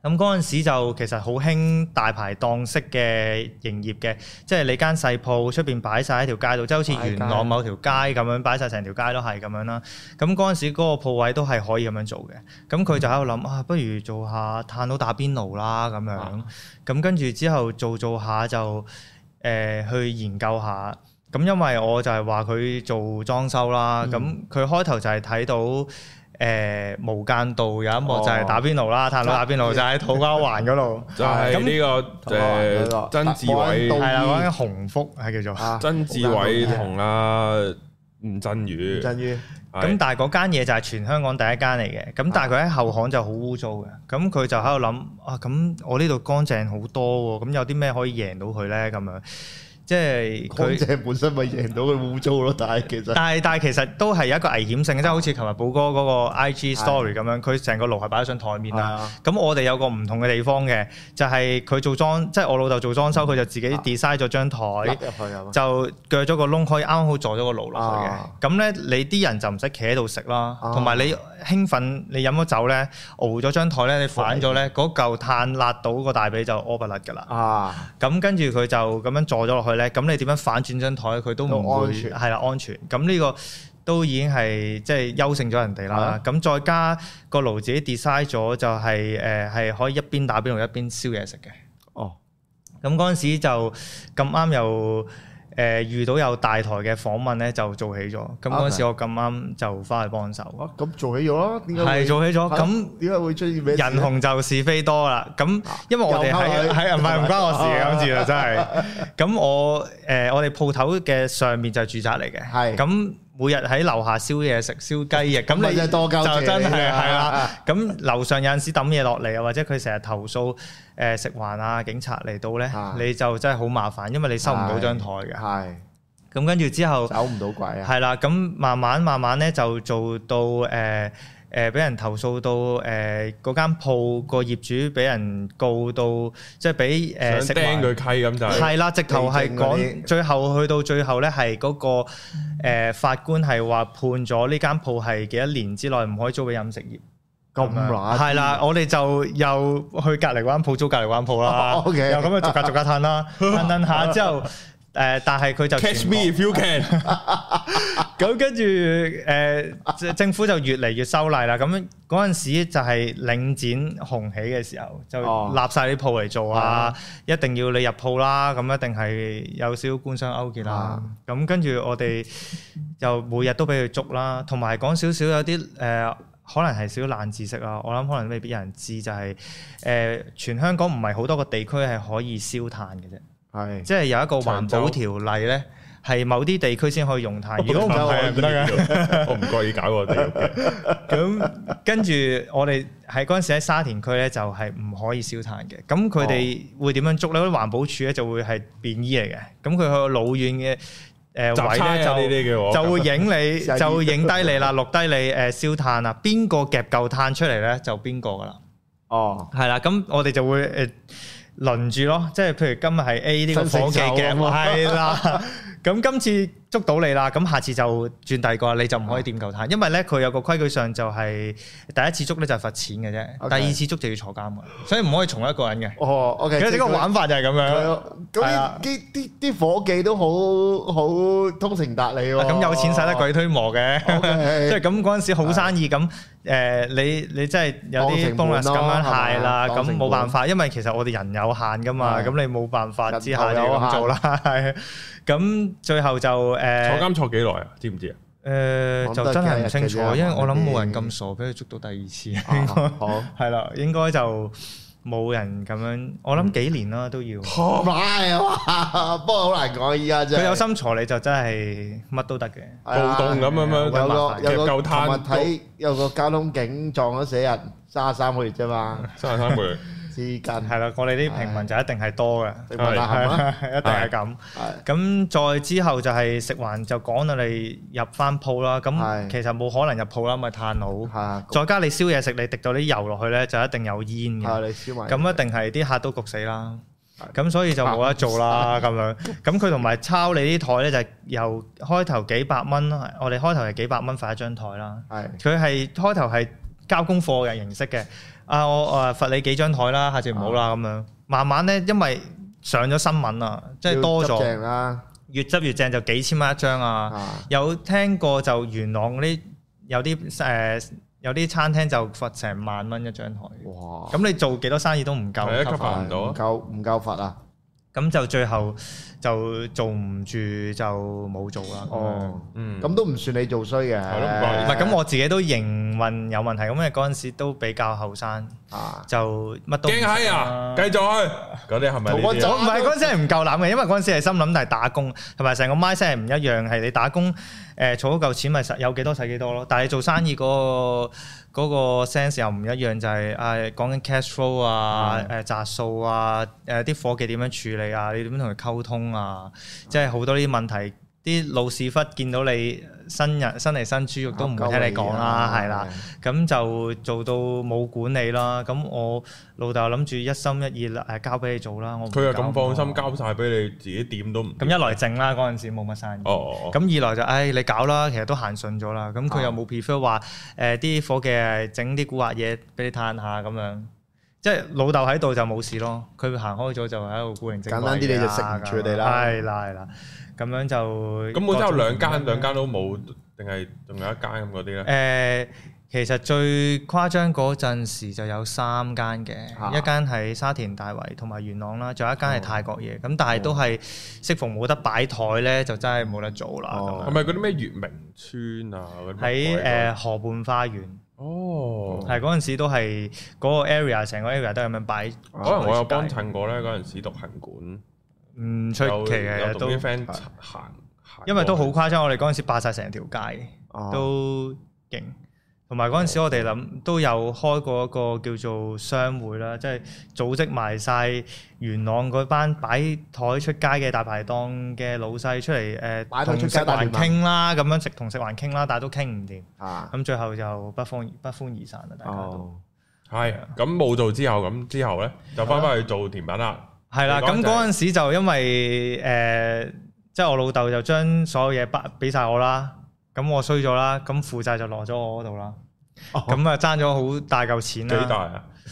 Speaker 3: 咁嗰陣時就其實好興大排檔式嘅營業嘅，即係你間細鋪出邊擺晒喺條街度，即係好似元
Speaker 2: 擺街
Speaker 3: 朗某條街咁樣擺晒成條街都係咁樣啦。咁嗰陣時嗰個鋪位都係可以咁樣做嘅。咁佢就喺度諗啊，不如做下炭佬打邊爐啦咁樣
Speaker 2: 啊。
Speaker 3: 咁跟住之後做做下就誒、呃去研究下。咁因為我就係話佢做裝修啦，咁佢、開頭就係睇到誒、呃、無間道有一幕就係打邊爐啦，炭佬打邊爐就喺土瓜灣嗰度，
Speaker 1: 就係呢個
Speaker 2: 咁
Speaker 1: 誒曾志偉。
Speaker 2: 道
Speaker 3: 係啦，嗰間紅福係叫做。
Speaker 2: 啊
Speaker 1: 曾志偉同阿吳振
Speaker 2: 吳
Speaker 1: 宇，
Speaker 2: 振宇
Speaker 3: 咁
Speaker 1: 咁
Speaker 3: 但係嗰間嘢就係全香港第一間嚟嘅，咁
Speaker 2: 啊
Speaker 3: 但係佢喺後巷就好污糟嘅，咁佢就喺度諗啊，咁我呢度乾淨好多喎，咁有啲咩可以贏到佢咧？咁樣即係
Speaker 2: 乾
Speaker 3: 佢，
Speaker 2: 淨本身咪贏到佢污糟咯，但係其實
Speaker 3: 但係但係其實都係有一個危險性，即係好
Speaker 2: 啊
Speaker 3: 似琴日寶哥嗰個 IG story 咁樣，佢成個爐係擺咗上台面啦。
Speaker 2: 啊
Speaker 3: 咁我哋有個唔同嘅地方嘅，就係、佢做裝，即係我老豆做裝
Speaker 2: 嗯
Speaker 3: 修，佢就自己
Speaker 2: 啊
Speaker 3: design 咗張台。
Speaker 2: 入入去啊嘛，
Speaker 3: 就鋸咗個窿，可以啱好坐咗個爐落去
Speaker 2: 啊
Speaker 3: 嘅。咁咧、你啲人就唔使企喺度食啦，
Speaker 2: 啊
Speaker 3: 同埋、你興奮，你飲咗酒咧，熬咗張台咧，你反咗咧，嗰嚿炭辣到個大髀就屙不甩㗎啦。
Speaker 2: 啊
Speaker 3: 咁跟住佢就咁樣坐咗落去咧，咁你點樣反轉張台，佢都
Speaker 2: 都
Speaker 3: 唔會
Speaker 2: 安全
Speaker 3: 係啦安全。咁呢個都已經係即係優勝咗人哋
Speaker 2: 係
Speaker 3: 啦
Speaker 2: 啊。
Speaker 3: 咁再加個爐自己 design 咗，就係誒係可以一邊打邊爐一邊燒嘢食嘅。
Speaker 2: 哦
Speaker 3: 咁嗰陣時就咁啱又誒、呃遇到有大台嘅訪問咧，就做起咗。咁嗰陣時我咁啱就翻去幫手，
Speaker 2: 啊咁做起咗啦，點解會
Speaker 3: 係做起咗。
Speaker 2: 係
Speaker 3: 咁
Speaker 2: 點解會出現咩事
Speaker 3: 人
Speaker 2: 咧
Speaker 3: 紅就是非多啦。咁因為我哋
Speaker 2: 啊又溝
Speaker 3: 喺
Speaker 2: 女
Speaker 3: 喺 唔係唔關我事啊嘅今次就真係。咁我誒我哋鋪頭嘅上面就係住宅嚟嘅，
Speaker 2: 係
Speaker 3: 咁。每日喺樓下燒嘢食，燒雞翼，咁
Speaker 2: 咪
Speaker 3: 你
Speaker 2: 真係多鳩謝
Speaker 3: 就
Speaker 2: 你
Speaker 3: 真係
Speaker 2: 啊
Speaker 3: 係啦。咁樓上有陣時抌嘢落嚟啊，或者佢成日投訴誒食環啊、警察嚟到咧
Speaker 2: 啊，
Speaker 3: 你就真係好麻煩，因為你收唔到張台嘅。
Speaker 2: 係
Speaker 3: 咁跟住之後
Speaker 2: à? 走唔到鬼啊，
Speaker 3: 係啦，咁慢慢慢慢咧就做到誒誒呃俾人投訴到誒嗰間鋪個業主俾人告到，即係俾誒
Speaker 1: 想
Speaker 3: 食
Speaker 1: 釘
Speaker 3: 環
Speaker 1: 佢啊契咁就係
Speaker 3: 係啦，直頭係
Speaker 2: 地政嗰啲
Speaker 3: 講最後去到最後咧，係嗰個呃法官係話判咗呢間鋪係幾多年之內唔可以租俾飲食業。
Speaker 2: 咁
Speaker 1: 啊
Speaker 2: 乸
Speaker 3: 係啦，我哋就又去隔離嗰間鋪租隔離嗰間 鋪啦
Speaker 2: OK
Speaker 3: 又咁樣逐格逐格褪啦，褪褪下之後。誒，但係佢就
Speaker 1: catch
Speaker 3: 全
Speaker 1: me
Speaker 3: 部
Speaker 1: if you can，
Speaker 3: 咁跟住誒，政政府就越嚟越收例啦。咁嗰陣時就係領展紅起嘅時候，就
Speaker 2: 哦
Speaker 3: 立晒啲鋪嚟做啊，一定要你入鋪啦，咁一定係有少少官商勾結啦
Speaker 2: 啊。
Speaker 3: 咁跟住我哋就每日都俾佢捉啦，同埋講少少有啲誒。呃可能係少少冷知識啦，我諗可能未必有人知，就係、誒、全香港唔係好多個地區係可以燒炭嘅啫，
Speaker 2: 係
Speaker 3: 即係有一個環
Speaker 1: 長
Speaker 3: 保
Speaker 1: 洲
Speaker 3: 條例咧，係某啲地區先可以用炭，如
Speaker 1: 如
Speaker 3: 果
Speaker 1: 果唔
Speaker 3: 唔係
Speaker 1: 係
Speaker 3: 唔得嘅。
Speaker 1: 嘅，我唔覺意搞我哋嘅，
Speaker 3: 咁跟住我哋喺嗰陣時喺沙田區咧，就係唔可以燒炭嘅。咁佢哋
Speaker 2: 哦
Speaker 3: 會點樣捉咧？嗰啲環保署咧就會係便衣嚟嘅。咁佢去到老遠嘅誒
Speaker 1: 雜差啊呢
Speaker 3: 位咧就。
Speaker 1: 啲嘅我
Speaker 3: 就會影 你，
Speaker 2: 就係
Speaker 3: 就會影低你啦，錄低你誒燒炭啊，邊個夾夠炭出嚟咧，就邊個噶啦。
Speaker 2: 哦，
Speaker 3: 係啦，咁我哋就會誒輪住咯，即係譬如今日係 A 呢個伙計
Speaker 2: 新
Speaker 3: 夾，
Speaker 2: 成就啊
Speaker 3: 係 啦。咁今次捉到你啦，咁下次就轉第二個，你就唔可以掂嚿炭，因為咧佢有個規矩上就係第一次捉咧就係罰錢嘅啫，
Speaker 2: OK
Speaker 3: 第二次捉就要坐監嘅，所以唔可以從一個人嘅。
Speaker 2: 哦，OK，
Speaker 3: 其實呢
Speaker 2: 即係
Speaker 3: 個
Speaker 2: 佢
Speaker 3: 玩法就係咁
Speaker 2: 係
Speaker 3: 樣。
Speaker 2: 咯咁
Speaker 3: 係啊
Speaker 2: 啲啲啲啲伙計都好好通情達理喎。
Speaker 3: 啊咁有錢使得鬼推磨嘅，
Speaker 2: OK
Speaker 3: 即係咁嗰陣時好生意咁，誒你你真係有啲
Speaker 2: 啊當成本
Speaker 3: bonus
Speaker 2: 咯
Speaker 3: 咁樣係
Speaker 2: 係嘛
Speaker 3: 啦，
Speaker 2: 當成
Speaker 3: 咁
Speaker 2: 本
Speaker 3: 冇辦法，因為其實我哋人有限噶嘛，
Speaker 2: 係
Speaker 3: 咁你冇辦法之下
Speaker 2: 人
Speaker 3: 就
Speaker 2: 頭有限
Speaker 3: 咁做啦， 係咁最後就
Speaker 1: 坐
Speaker 3: 誒
Speaker 1: 監坐幾耐啊？知唔知啊？
Speaker 3: 誒就真係唔清楚，
Speaker 2: 講得嘅啫
Speaker 3: 因為我諗冇人咁傻俾佢捉到第二 次，應
Speaker 2: 啊
Speaker 3: 該
Speaker 2: 好。
Speaker 3: 係啦，應該就冇人咁樣，我
Speaker 2: 嗯
Speaker 3: 諗幾年啦都要。
Speaker 2: 唔係哇，不過好難講依家真係。
Speaker 3: 佢有心坐你就真係乜都得嘅，
Speaker 2: 係啊
Speaker 1: 暴動咁樣樣
Speaker 2: 有
Speaker 3: 麻煩
Speaker 2: 個
Speaker 1: 夾
Speaker 2: 有個
Speaker 1: 夠攤
Speaker 2: 琴日睇有個交通警撞咗死人，三十三個月啫嘛，
Speaker 1: 三十三個月，
Speaker 2: 至近係
Speaker 3: 係啦，我哋啲平民就一定係多嘅。
Speaker 2: 你問下係嘛？
Speaker 3: 一定係咁。
Speaker 2: 係
Speaker 3: 咁再之後就係食環就講到你入翻鋪啦。咁
Speaker 2: 係
Speaker 3: 其實冇可能入鋪啦，咪炭佬。
Speaker 2: 係啊
Speaker 3: 再加你燒嘢食，你滴到啲油落去咧，就一定有煙
Speaker 2: 係
Speaker 3: 嘅。
Speaker 2: 你燒埋
Speaker 3: 咁一定係啲客都焗死啦。
Speaker 2: 係啊
Speaker 3: 咁所以就冇得 做啦咁樣。咁佢同埋抄你啲台咧，就係由開頭幾百蚊，我哋開頭係幾百蚊發一張台啦。
Speaker 2: 係
Speaker 3: 佢係開頭係交功課嘅形式嘅。啊，我誒罰你幾張台啦，下次唔好啦咁樣。慢慢咧，因為上咗新聞啊，即係多
Speaker 2: 要執
Speaker 3: 咗，
Speaker 2: 正啦
Speaker 3: 越執越正就幾千蚊一張啊。
Speaker 2: 啊
Speaker 3: 有聽過就元朗嗰啲有啲誒、有啲餐廳就罰成萬蚊一張台。
Speaker 2: 哇
Speaker 3: 咁你做幾多生意都唔夠
Speaker 1: 係啊
Speaker 3: cover
Speaker 1: 罰唔到啊
Speaker 2: 唔夠唔夠罰啊！
Speaker 3: 咁就最後就做唔住就冇做啦。
Speaker 2: 哦，
Speaker 1: 嗯，
Speaker 2: 咁都唔算你做衰嘅，
Speaker 1: 係咯唔怪
Speaker 3: 唔
Speaker 1: 你
Speaker 3: 係咁，我自己都營運有問題，咁因為嗰陣時都比較後生。
Speaker 2: 啊
Speaker 3: 就乜都唔
Speaker 1: 驚閪啊！繼續去，嗰啲係咪呢
Speaker 2: 同我
Speaker 1: 啲
Speaker 2: 走
Speaker 1: 啊？
Speaker 3: 我唔係嗰陣時係唔夠膽嘅，因為嗰陣時係心諗係打工，同埋成個 mindset 係唔一樣，係你打工誒儲到嚿錢咪使有幾多使幾多咯。但係你做生意嗰、個嗰、個 sense 又唔一樣，就係、啊講緊 cash flow 啊、
Speaker 1: 嗯
Speaker 3: 誒雜數啊、誒啲伙計點樣處理啊，你點樣同佢溝通啊，即係好多呢啲問題。啲老屎忽見到你新人新嚟新豬肉都唔會聽你
Speaker 1: 哦
Speaker 3: 講
Speaker 1: 啊
Speaker 2: à?
Speaker 3: 啦，係啦。咁就做到冇管理啦。咁我老豆諗住一心一意誒交俾你做啦，我唔
Speaker 1: 佢又咁
Speaker 3: 搞
Speaker 1: 放心交晒俾你，自己點都唔
Speaker 3: 咁一來靜啦，嗰陣時冇乜生意。
Speaker 1: 哦哦哦，
Speaker 3: 咁二來就，唉，你搞啦，其實都行順咗啦。
Speaker 1: 啊
Speaker 3: 咁佢又冇 prefer 話，誒啲伙計係整啲古惑嘢俾你嘆下咁樣，即係老豆喺度就冇事咯。佢行開咗就喺度固然正
Speaker 2: 簡單啲你就食唔住佢哋啦
Speaker 3: 係啦係啦，咁樣就
Speaker 1: 咁本身有兩
Speaker 3: 各種
Speaker 1: 間，兩間都冇，定係仲有一間咁嗰啲咧
Speaker 3: 誒、？其實最誇張嗰陣時就有三間嘅，
Speaker 2: 啊
Speaker 3: 一間喺沙田大圍同埋元朗啦，仲有一間
Speaker 1: 哦
Speaker 3: 係泰國嘢。咁、但係都係適逢冇得擺台咧，就真係冇得做啦。咁
Speaker 1: 係
Speaker 2: 哦
Speaker 3: 樣
Speaker 1: 咪嗰啲咩月明村啊？嗰啲
Speaker 3: 喺
Speaker 1: 咩鬼
Speaker 3: 誒河畔花園，
Speaker 1: 哦，
Speaker 3: 係嗰陣時都係嗰個 area，成個 area 都係咁樣擺。
Speaker 1: 哦可能我有幫襯過咧，嗰陣時讀行管，
Speaker 3: 唔出
Speaker 1: 有
Speaker 3: 奇嘅
Speaker 1: 有同
Speaker 3: 都，
Speaker 1: 啲 friend 行行，
Speaker 2: Ờ.
Speaker 3: 因為都好誇張。我哋嗰陣時霸晒成條街，
Speaker 2: 哦
Speaker 3: 都勁。同埋嗰陣時我哋諗都有開過一個叫做商會啦，即係組織埋晒元朗嗰班擺台出街嘅大排檔嘅老細出嚟
Speaker 2: 擺台
Speaker 3: 誒，同
Speaker 2: 出
Speaker 3: 食
Speaker 2: 街大聯
Speaker 3: 環
Speaker 2: 盟
Speaker 3: 傾啦，咁樣食同食環傾啦，但係都傾唔掂，
Speaker 2: 啊，
Speaker 3: 咁最後就不歡不歡而散啦，大家都。
Speaker 2: 哦，
Speaker 1: 系咁冇做之後，咁之後咧就翻返去做甜品啦。
Speaker 3: 係啦，
Speaker 1: 你講
Speaker 3: 咁
Speaker 1: 就係
Speaker 3: 嗰陣時就因為誒、呃即係我老豆就將所有嘢俾俾曬我啦，咁我衰咗啦，咁負債就落咗我嗰度啦，
Speaker 2: 咁
Speaker 3: 咁啊爭咗好大嚿錢
Speaker 1: 幾
Speaker 3: 啦，
Speaker 1: 大啊？
Speaker 3: 誒、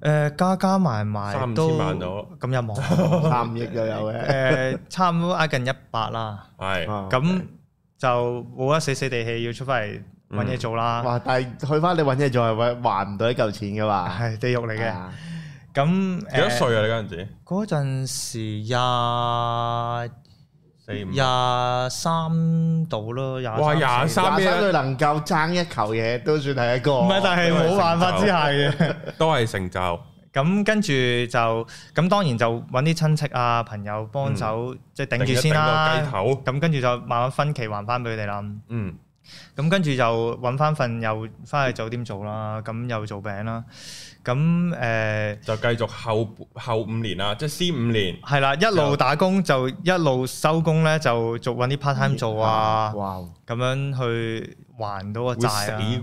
Speaker 3: 呃加加埋埋
Speaker 1: 三
Speaker 3: 都
Speaker 1: 千萬到
Speaker 3: 咁又冇， 誒、
Speaker 2: 三億就有嘅，
Speaker 3: 差唔多挨近一百啦，
Speaker 1: 係
Speaker 2: 啊
Speaker 3: 咁就冇得死死地氣要出翻嚟揾嘢做
Speaker 1: 嗯
Speaker 3: 啦，
Speaker 2: 哇！但係去翻你揾嘢做係揾還唔到一嚿錢嘅嘛，
Speaker 3: 係地獄嚟嘅，
Speaker 2: 啊
Speaker 3: 咁
Speaker 1: 幾多
Speaker 3: 誒
Speaker 1: 歲啊？你嗰陣時
Speaker 3: 嗰陣時廿。
Speaker 1: 四五。
Speaker 3: 廿三度咯，廿
Speaker 1: 哇廿三啊
Speaker 2: 廿三歲能夠爭一球嘢都算係一個，
Speaker 3: 唔係，但係冇辦法之下嘅。
Speaker 1: 都係成就，
Speaker 3: 咁跟住就咁，當然就揾啲親戚啊、朋友幫手，即係頂住
Speaker 1: 嗯頂一
Speaker 3: 先
Speaker 1: 頂
Speaker 3: 啦。
Speaker 1: 個雞頭，
Speaker 3: 咁跟住就慢慢分期還翻俾佢哋啦。
Speaker 1: 嗯，
Speaker 3: 咁跟住就揾翻份又翻去酒店做啦，咁又做餅啦。咁誒
Speaker 1: 就繼續後後五年啦，即係先五年，
Speaker 3: 係啦，一路打工就一路收工咧，就做揾啲 part
Speaker 1: 嗯
Speaker 3: time 做啊，
Speaker 2: 哇！
Speaker 3: 咁樣去還到個
Speaker 1: 會死
Speaker 3: 債啊。
Speaker 1: 嘅喎。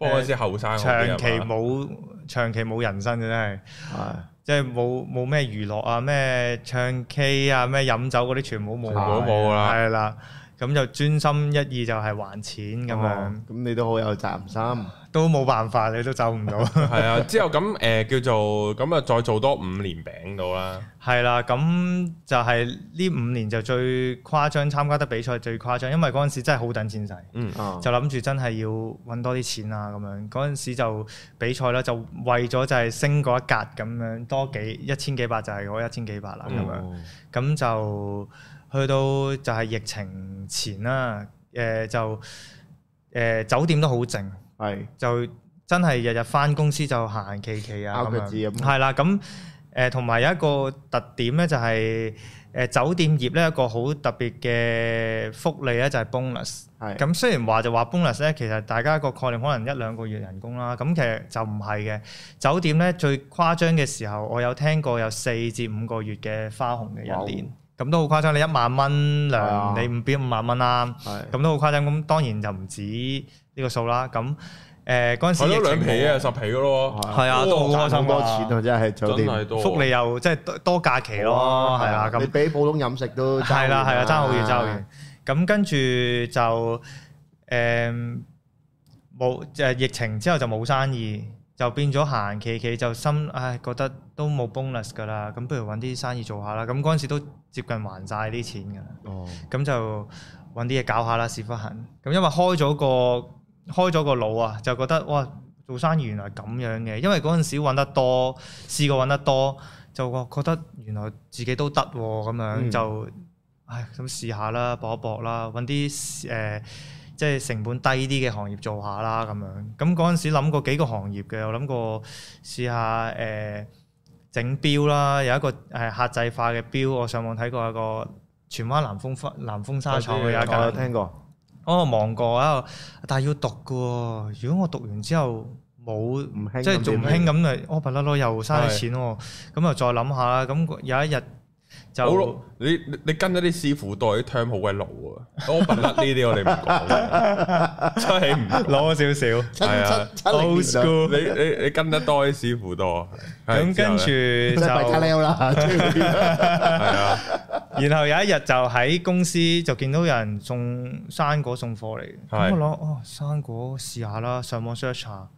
Speaker 1: 不過嗰陣時後生好啲啊嘛，
Speaker 3: 長期冇長期冇人生嘅真係，
Speaker 2: 係
Speaker 3: 即係冇冇咩娛樂啊，咩唱 K 啊，咩飲酒嗰啲全部冇，
Speaker 1: 全部都冇啦
Speaker 3: 係啦。咁就專心一意就係還錢咁
Speaker 2: 哦
Speaker 3: 樣，
Speaker 2: 咁你都好有責任心。
Speaker 3: 都冇辦法，你都走唔到。
Speaker 1: 係啊，之後咁誒、呃叫做咁啊，再做多五年餅到啦，
Speaker 3: 係啦，咁就係呢五年就最誇張，參加得比賽最誇張，因為嗰陣時真係好等錢使。
Speaker 1: 嗯，
Speaker 2: 哦
Speaker 3: 就諗住真係要揾多啲錢啊咁樣。嗰陣時就比賽啦，就為咗就係升嗰一格咁樣，多幾一千幾百就係嗰一千幾百啦咁樣。咁就去到就係疫情前啦，誒、就誒、酒店都好靜，
Speaker 2: 係
Speaker 3: 就真係日日翻公司就行行企企啊
Speaker 2: 拗
Speaker 3: 咁
Speaker 2: 腳趾
Speaker 3: 樣。
Speaker 2: 咁
Speaker 3: 係啦，咁誒同埋有一個特點咧，就係誒酒店業咧一個好特別嘅福利咧，就係 bonus。
Speaker 2: 係
Speaker 3: 咁雖然話就話 bonus 咧，其實大家個概念可能一兩個月人工啦，咁其實就唔係嘅。酒店咧最誇張嘅時候，我有聽過有四至五個月嘅花紅嘅
Speaker 2: 哇
Speaker 3: 一年，咁都好誇張。你一萬蚊
Speaker 2: 係啊
Speaker 3: 糧，你唔俾五萬蚊啦，
Speaker 2: 係
Speaker 3: 咁都好誇張。咁當然就唔止呢個數啦。咁誒嗰陣時
Speaker 1: 係
Speaker 3: 疫
Speaker 1: 咯
Speaker 3: 情
Speaker 1: 兩皮
Speaker 3: 冇
Speaker 1: 啊，十皮嘅咯，
Speaker 3: 係啊，都好開
Speaker 2: 賺
Speaker 3: 心
Speaker 2: 好多
Speaker 3: 㗎
Speaker 2: 錢啊！真係
Speaker 1: 真
Speaker 2: 酒店
Speaker 1: 係多
Speaker 3: 福利又即係多多假期咯，係啦咁
Speaker 2: 你。比普通飲食都
Speaker 3: 係啦係啦，啊爭好遠爭好遠。咁跟住就誒冇誒疫情之後就冇生意，就變咗行行企企，就心唉覺得都冇 bonus 㗎啦，咁不如揾啲生意做下啦。咁嗰陣時都接近還晒啲錢㗎啦，
Speaker 2: 哦，
Speaker 3: 咁就揾啲嘢搞下啦，屎忽痕。咁因為開咗個開咗個腦啊，就覺得哇做生意原來咁樣嘅，因為嗰陣時揾得多，試過揾得多，就覺覺得原來自己都得喎，咁樣、
Speaker 2: 嗯
Speaker 3: 就唉咁試下啦，搏一搏啦，揾啲誒即係成本低啲嘅行業做下啦，咁樣。咁嗰陣時諗過幾個行業嘅，我諗過試下誒。呃整錶啦，有一個誒客製化嘅錶，我上網睇過有個荃灣南豐花南豐紗廠哦嘅有一
Speaker 2: 我有
Speaker 3: 間，
Speaker 2: 聽過，
Speaker 3: 我望過啊，但係要讀嘅喎。如果我讀完之後冇，
Speaker 2: 唔興
Speaker 3: 即係仲唔興咁咪，我不甩咯，又嘥
Speaker 1: 係
Speaker 3: 錢喎。咁啊又再諗下啦。咁有一日
Speaker 1: 好
Speaker 3: 就
Speaker 1: 咯，你你你跟咗啲師傅對啲 term 好鬼老啊，我笨甩呢啲我哋唔講 嘅，真係唔講
Speaker 3: 攞咗少少
Speaker 2: 七
Speaker 1: 係啊
Speaker 2: 七七零年代
Speaker 1: 你你你跟得多啲師傅多，係
Speaker 3: 咁跟
Speaker 1: 之後呢
Speaker 3: 住
Speaker 2: 即係
Speaker 3: 就
Speaker 2: 大。家啦，即係
Speaker 1: 係啊，
Speaker 3: 然後有一日就喺公司就見到有人送生果送貨嚟嘅，
Speaker 1: 係
Speaker 3: 咁我諗哦生果試下啦，上網 search 下，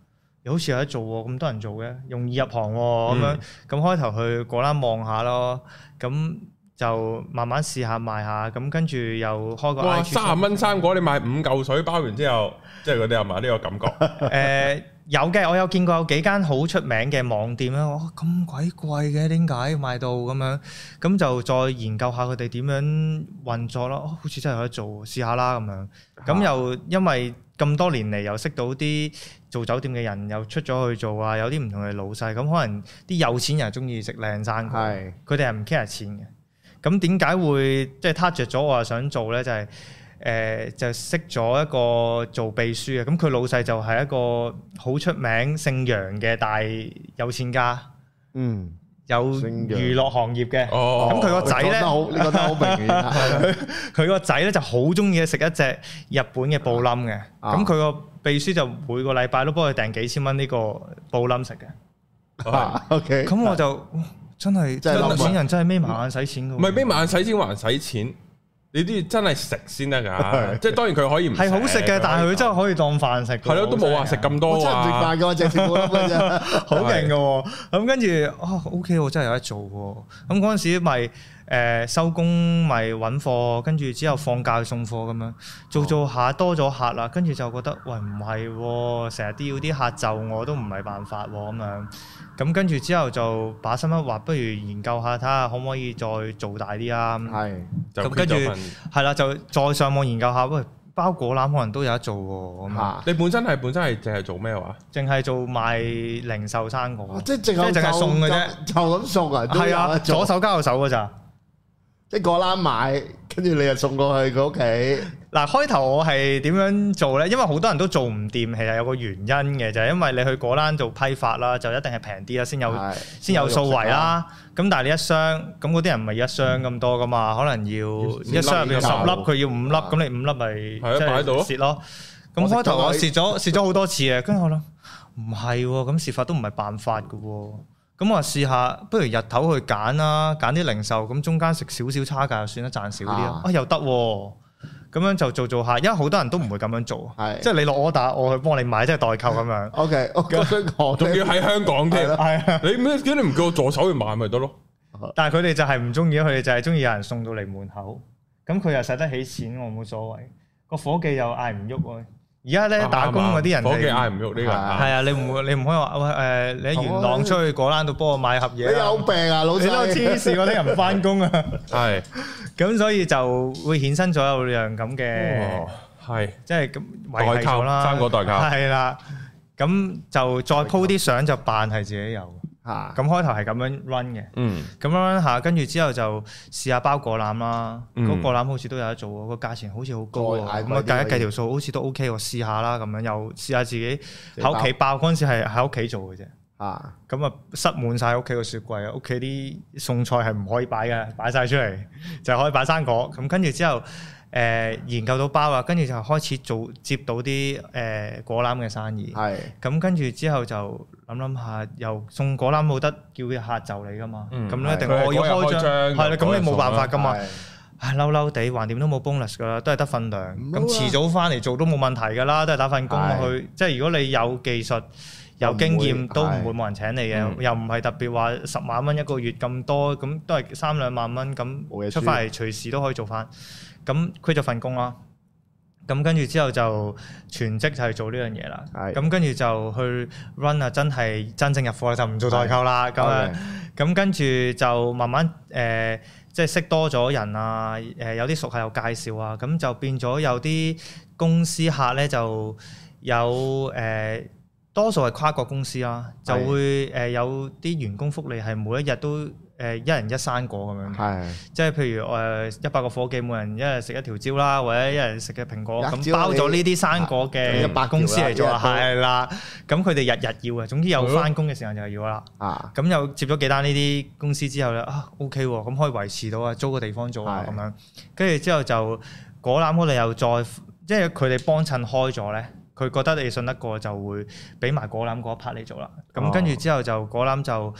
Speaker 3: 又好似有得做喎，咁多人做嘅，容易入行喎，咁樣
Speaker 1: 嗯
Speaker 3: 咁開頭去果欄望下咯，咁就慢慢試下賣下，咁跟住又開個
Speaker 1: 哇，
Speaker 3: IG
Speaker 1: 三十蚊生果你買五嚿水包完之後，即係嗰啲係咪呢個 感覺？
Speaker 3: 誒、呃有嘅，我有見過有幾間好出名嘅網店咧，哇咁鬼貴嘅，點解賣到咁樣？咁就再研究下佢哋點樣運作咯。哦好似真係有得做，試下啦咁樣。咁又因為咁多年嚟又識到啲做酒店嘅人，又出咗去做啊，有啲唔同嘅老細，咁可能啲有錢人中意食靚生果。
Speaker 2: 係
Speaker 3: 佢哋係唔 care 錢嘅。咁點解會即係 touch 著咗我又想做咧？就係、誒、誒就識咗一個做秘書嘅，咁佢老細就係一個好出名姓楊嘅大有錢家，
Speaker 2: 嗯，
Speaker 3: 有
Speaker 2: 姓楊
Speaker 3: 娛樂行業嘅。
Speaker 1: 哦，
Speaker 3: 咁佢個仔呢
Speaker 2: 你講得好，你講得好明 顯，
Speaker 3: 佢個仔咧就好中意食一隻日本嘅布冧嘅，
Speaker 2: 啊
Speaker 3: 咁佢個秘書就每個禮拜都幫佢訂幾千蚊呢個布冧食嘅。
Speaker 1: 係
Speaker 2: O K，
Speaker 3: 咁我就哇真係
Speaker 2: 真係諗
Speaker 3: 真係
Speaker 2: 啊
Speaker 3: 有錢人真係眯埋眼使錢嘅喎，
Speaker 1: 唔係俾晚使錢還使錢，你都要真係食先 得㗎。即係當然佢可以唔啊
Speaker 3: 係好食嘅，但係佢真係可以當飯食嘅。
Speaker 1: 係咯，都冇話食咁
Speaker 2: 我
Speaker 1: 多
Speaker 2: 真係唔食
Speaker 1: 啊。
Speaker 2: 飯嘅，我淨係食冇粒 嘅啫。
Speaker 3: 好勁嘅喎。咁跟住啊，OK，我真係有得做喎。咁嗰陣時咪誒收工咪揾貨，跟住之後放假去送貨咁樣，
Speaker 2: 哦
Speaker 3: 做做下多咗客啦，跟住就覺得喂唔係喎，成日都要啲客就我都唔係辦法喎咁樣。咁跟住之後就把心一劃，不如研究下睇下可唔可以再做大啲啊。
Speaker 2: 係，
Speaker 1: 就
Speaker 3: 咁
Speaker 1: 跟
Speaker 3: 跟
Speaker 1: 住
Speaker 3: 住係啦，就再上網研究下，喂包果籃可能都有得做喎咁啊，
Speaker 2: 嚇，
Speaker 1: 你本身係本身係淨係做咩 話？
Speaker 3: 淨係做賣零售生果。
Speaker 2: 哦即係淨係
Speaker 3: 即係淨係送嘅啫
Speaker 2: 就，就咁送啊，
Speaker 3: 係
Speaker 2: 係
Speaker 3: 啊，
Speaker 2: 啊，
Speaker 3: 左
Speaker 2: 左手
Speaker 3: 手交右手噶咋？
Speaker 2: 一個攬買，跟住你又送過去佢屋企，
Speaker 3: 嗱，開頭我係點樣做呢？因為好多人都做唔掂，其實有個原因嘅，就係因為你去果欄做批發啦，就一定係平啲啦，先有
Speaker 2: 係
Speaker 3: 先有數圍，啦。咁但係你一箱，咁嗰啲人唔係一箱咁多噶嘛，可能要
Speaker 1: 要
Speaker 3: 一箱入面有十粒，
Speaker 1: 要
Speaker 3: 佢要五粒，咁你五粒咪
Speaker 1: 啊
Speaker 3: 即係
Speaker 1: 擺喺度咯
Speaker 3: 蝕咯。
Speaker 2: 我
Speaker 3: 咁
Speaker 2: 食咗
Speaker 3: 開頭我
Speaker 2: 佢
Speaker 3: 蝕咗蝕咗好多次嘅，跟住我諗唔係喎，咁蝕法都唔係辦法嘅喎。咁我試下，不如日頭去揀啦，揀啲零售，咁中間食少少差價就算啦，賺少啲
Speaker 2: 啊
Speaker 3: 啊，啊又得喎。咁樣就做做下，因為好多人都唔會咁樣做，啊
Speaker 2: 係。
Speaker 3: 即係你落 order，我去幫你買，即係代購咁樣
Speaker 2: O K，我想講
Speaker 1: 仲要
Speaker 2: 咧，
Speaker 1: 喺香港添。
Speaker 3: 係啊，
Speaker 1: 你咩？點解你唔叫我助手去買咪得咯？
Speaker 3: 但係佢哋就係唔中意，佢哋就係中意有人送到嚟門口，咁佢又使得起錢，我冇所謂。個伙計又嗌唔喐喎。而家
Speaker 1: 啊
Speaker 3: 咧打工嗰啲人
Speaker 1: 伙
Speaker 3: 就
Speaker 1: 計嗌唔喐呢個人
Speaker 3: 係
Speaker 1: 啊，
Speaker 3: 啊，你唔會，你唔可以話喂誒、你喺元朗出去果欄度幫我買盒
Speaker 2: 你
Speaker 3: 嘢啊
Speaker 2: 有病啊，老
Speaker 3: 你都
Speaker 2: 細，
Speaker 3: 黐線，嗰啲人唔翻工啊，
Speaker 1: 係
Speaker 3: 咁所以就會衍生咗有樣咁嘅
Speaker 1: 哦，，係
Speaker 3: 即係咁維係咗啦，
Speaker 1: 代購生果代購
Speaker 3: 係啦，咁就再 po 啲相就扮係自己有，
Speaker 2: 嚇，
Speaker 3: 咁開頭係咁樣 run 嘅。
Speaker 1: 嗯
Speaker 3: 咁 run 下，跟住之後就試下包果籃啦。
Speaker 1: 嗯
Speaker 3: 嗰果籃好似都有得做喎，個價錢好似好高
Speaker 2: 再
Speaker 3: 喎。
Speaker 2: 嗌
Speaker 3: 咁
Speaker 2: 貴
Speaker 3: 啊
Speaker 2: 啲
Speaker 3: 計一
Speaker 2: 可
Speaker 3: 計
Speaker 2: 以
Speaker 3: 條數，好似都 OK 喎，試下啦咁樣，又試下自己
Speaker 2: 自己
Speaker 3: 喺屋企包嗰陣時係喺屋企做嘅啫。
Speaker 2: 嚇，
Speaker 3: 咁啊塞滿晒屋企個雪櫃啊，屋企啲餸菜係唔可以擺嘅，擺晒出嚟 就可以擺生果。咁跟住之後，誒、研究到包啊，跟住就開始做接到啲誒、果籃嘅生意。
Speaker 2: 係，
Speaker 3: 咁跟住之後就諗諗下，又送果籃冇得叫啲客就你噶嘛，
Speaker 1: 嗯
Speaker 3: 咁咧一定
Speaker 1: 係
Speaker 3: 我要
Speaker 1: 佢係嗰日開
Speaker 3: 開張，
Speaker 1: 張
Speaker 3: 係
Speaker 1: 嗰
Speaker 3: 啦，咁
Speaker 1: 日
Speaker 3: 你冇辦法噶嘛，
Speaker 2: 係
Speaker 3: 唉嬲嬲地，橫掂都冇 bonus 噶啦，都係得份糧，
Speaker 2: 唔好啊
Speaker 3: 咁遲早翻嚟做都冇問題噶啦，都係打份工
Speaker 2: 係
Speaker 3: 去，即係如果你有技術。有經驗
Speaker 2: 都
Speaker 3: 都
Speaker 2: 唔會
Speaker 3: 唔會冇人請你
Speaker 1: 嗯
Speaker 3: 嘅，又唔係特別話十萬蚊一個月咁多，咁都係三兩萬
Speaker 2: 冇
Speaker 3: 蚊
Speaker 2: 嘢
Speaker 3: 咁出翻嚟隨時都可以做翻。咁佢就份工啦，咁跟住之後就全職就係做呢樣嘢啦。
Speaker 2: 係
Speaker 3: 咁跟住就去 run 啊，真係真正入貨啦，就唔做代購啦。咁樣
Speaker 2: OK
Speaker 3: 咁跟住就慢慢誒、呃即係識多咗人啊，誒、有啲熟客有介紹啊，咁就變咗有啲公司客咧就有誒、呃多數係跨國公司啦，就
Speaker 2: 係
Speaker 3: 會誒、呃有啲員工福利係每一日都誒、呃一人一生果咁樣嘅。
Speaker 2: 係
Speaker 3: 即係譬如誒一百個伙計，每人一人食一條蕉啦，或者一人食嘅蘋果，
Speaker 2: 一
Speaker 3: 咁
Speaker 2: 蕉
Speaker 3: 包
Speaker 2: 你
Speaker 3: 咗呢啲生果
Speaker 2: 一
Speaker 3: 嘅
Speaker 2: 百條啦
Speaker 3: 公司嚟做啦，
Speaker 2: 一日都
Speaker 3: 係啦。咁佢哋日日要嘅，總之有
Speaker 1: 係咯
Speaker 3: 翻工嘅時間就係要啦。
Speaker 2: 啊，
Speaker 3: 咁又接咗幾單呢啲公司之後咧，啊 OK 喎，咁可以維持到啊，租個地方做啊
Speaker 2: 係
Speaker 3: 咁樣。跟住之後就果籃嗰度又再，即係佢哋幫襯開咗咧，佢覺得你信得過就會俾埋果籃嗰一 part 你做啦。
Speaker 2: 哦
Speaker 3: 咁跟住之後就果籃就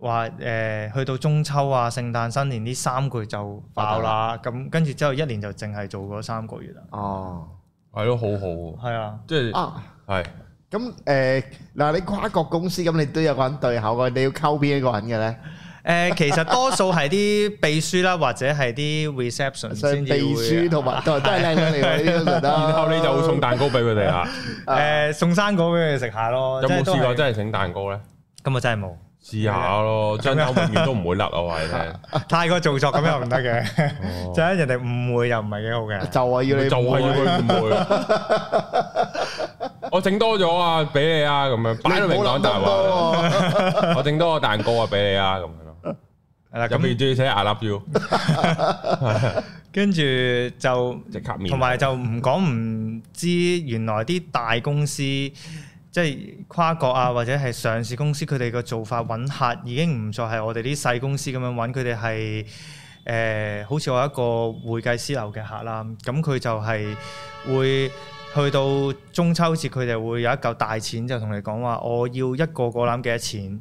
Speaker 3: 話誒、去到中秋啊、聖誕、新年呢三個月就爆啦。咁跟住之後一年就淨係做嗰三個月啦。
Speaker 2: 哦，
Speaker 1: 係咯，好好喎，
Speaker 3: 係啊，
Speaker 1: 即係
Speaker 2: 啊。
Speaker 1: 係
Speaker 2: 咁誒嗱，你跨國公司咁，你都有個人對口嘅，你要溝邊一個人嘅咧？
Speaker 3: 誒、其實多數係啲秘書啦，或者係啲 reception
Speaker 2: 所以
Speaker 3: 先至會
Speaker 2: 秘書同埋都都係靚女嚟嘅，呢個都。
Speaker 1: 然
Speaker 2: 然
Speaker 1: 後你就會送蛋糕俾佢哋啦。
Speaker 2: 啊
Speaker 3: 誒呃送生果俾佢食下咯，
Speaker 1: 有冇
Speaker 3: 即係都係
Speaker 1: 試過真係整蛋糕咧？
Speaker 3: 咁啊真係冇，
Speaker 1: 試下咯， 張口永遠都唔會甩我話你
Speaker 3: 太過做作咁又唔得嘅，
Speaker 1: 聽。
Speaker 3: 就係人哋誤會又唔係幾好嘅。
Speaker 2: 就係要你
Speaker 1: 就係要
Speaker 2: 唔
Speaker 1: 佢唔會。 我整多咗啊，俾你啊，咁樣擺到明講大話。
Speaker 2: 好諗咁多喎
Speaker 1: 我整多個蛋糕啊，俾你啊，咁樣咯。
Speaker 3: 係啦，
Speaker 1: 入
Speaker 3: 咁
Speaker 1: 面仲要寫 I love you，
Speaker 3: 跟住就
Speaker 1: 即刻面，
Speaker 3: 同埋就唔講唔知，原來啲大公司即係跨國啊，或者係上市公司，佢哋個做法揾客已經唔再係我哋啲細公司咁樣揾，佢哋係誒好似我一個會計師樓嘅客啦，咁佢就係會。去到中秋節，佢哋會有一嚿大錢，就同你講話，我要一個果籃幾多錢，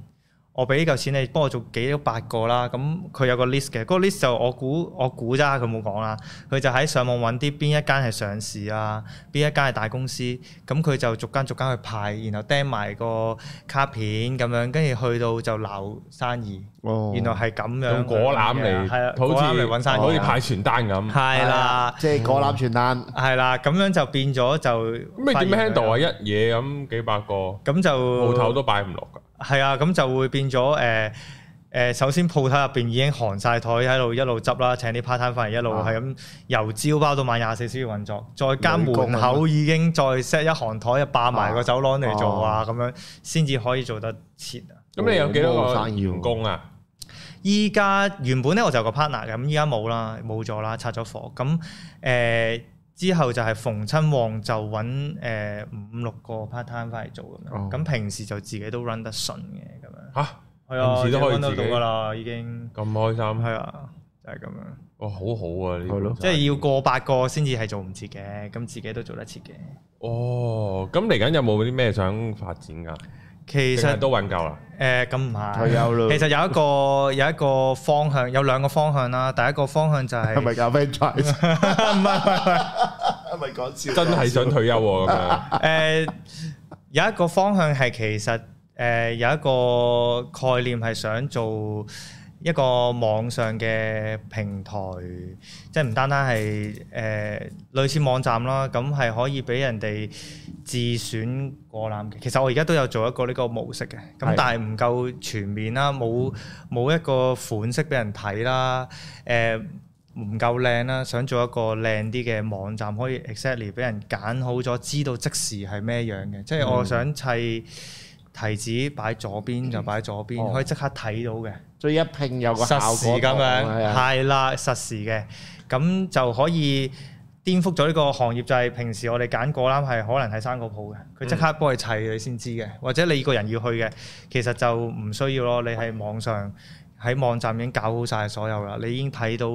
Speaker 3: 我俾呢嚿錢你幫我做幾多八個啦。咁佢有個 list 嘅，嗰、個 list 就我估我估咋，佢冇講啦。佢就喺上網揾啲邊一間係上市啊，邊一間係大公司，咁佢就逐間逐間去派，然後釘埋個卡片咁樣，跟住去到就鬧生意。
Speaker 2: 哦
Speaker 3: 原來係咁樣
Speaker 1: 用果籃嚟，
Speaker 3: 係啊，
Speaker 1: 好
Speaker 3: 果籃
Speaker 1: 似
Speaker 3: 嚟揾生意，
Speaker 1: 好似派傳單咁。
Speaker 3: 係啦，
Speaker 2: 即係果籃全單。
Speaker 3: 係啦，咁樣就變咗就
Speaker 1: 咁你點
Speaker 3: 發現佢
Speaker 1: handle 啊？一嘢咁幾百個，
Speaker 3: 咁就
Speaker 1: 鋪頭都擺唔落㗎。
Speaker 3: 係啊，咁就會變咗誒誒，首先鋪頭入邊已經寒晒台喺度一路執啦，請啲 part time 翻嚟一路
Speaker 2: 啊
Speaker 3: 係咁由朝包到晚廿四小時運作，再加
Speaker 2: 女工
Speaker 3: 門
Speaker 2: 啊
Speaker 3: 口已經再 set 一行台，又霸埋個走廊嚟做
Speaker 2: 啊
Speaker 3: 啊，咁樣先至可以做得切啊。
Speaker 1: 咁你有幾多
Speaker 2: 冇
Speaker 1: 個
Speaker 2: 生意喎
Speaker 1: 員工啊？
Speaker 3: 依家原本咧我就有個 partner 嘅，咁依家冇啦，冇咗啦，拆咗夥。咁誒、呃之後就係逢親旺就揾誒五六個 part time 翻嚟做咁
Speaker 2: 哦
Speaker 3: 樣。咁、平時就自己都 run 得順嘅咁樣。
Speaker 1: 吓，
Speaker 3: 係啊，
Speaker 1: 平時都可以
Speaker 3: 自己
Speaker 1: 自己
Speaker 3: 揾得到噶啦，已經
Speaker 1: 咁開心，
Speaker 3: 係啊，就係咁樣。
Speaker 1: 哇，好好啊！呢
Speaker 2: 係咯
Speaker 1: 個
Speaker 3: 即係要過百個先至係做唔切嘅，咁自己都做得切嘅。
Speaker 1: 哦。咁嚟緊有冇啲咩想發展㗎？
Speaker 3: 其
Speaker 1: 定係
Speaker 3: 實
Speaker 1: 都揾夠啦。
Speaker 3: 誒咁唔
Speaker 2: 退
Speaker 3: 係，
Speaker 2: 休咯，
Speaker 3: 其實有一個有一個方向，有兩個方向啦。第一個方向就係、
Speaker 2: 係咪搞 franchise？
Speaker 3: 唔係唔係唔係
Speaker 2: 係咪講笑？
Speaker 1: 真係想退休喎咁樣。
Speaker 3: 誒、有一個方向係其實誒、有一個概念係想做一個網上嘅平台，即係唔單單係誒、類似網站啦，咁係可以俾人哋自選果籃嘅。其實我而家都有做一個呢個模式嘅，咁
Speaker 2: 係
Speaker 3: 但係唔夠全面啦，冇冇一個款式俾人睇啦，誒、唔夠靚啦，想做一個靚啲嘅網站，可以 exactly 俾人揀好咗，知道即時係咩樣嘅。即係
Speaker 2: 嗯
Speaker 3: 我想砌提子擺左邊就擺左邊，
Speaker 2: 哦
Speaker 3: 可以即刻睇到嘅，
Speaker 2: 最一拼有個效
Speaker 3: 實
Speaker 2: 果
Speaker 3: 時咁樣，
Speaker 2: 係啊
Speaker 3: 係啦，實時嘅，咁就可以。顛覆咗呢個行業就係平時我哋揀果籃係可能係生果鋪嘅，佢即刻幫你砌你先知嘅，或者你個人要去嘅，其實就唔需要咯。你喺網上喺網站已經搞好晒所有啦，你已經睇到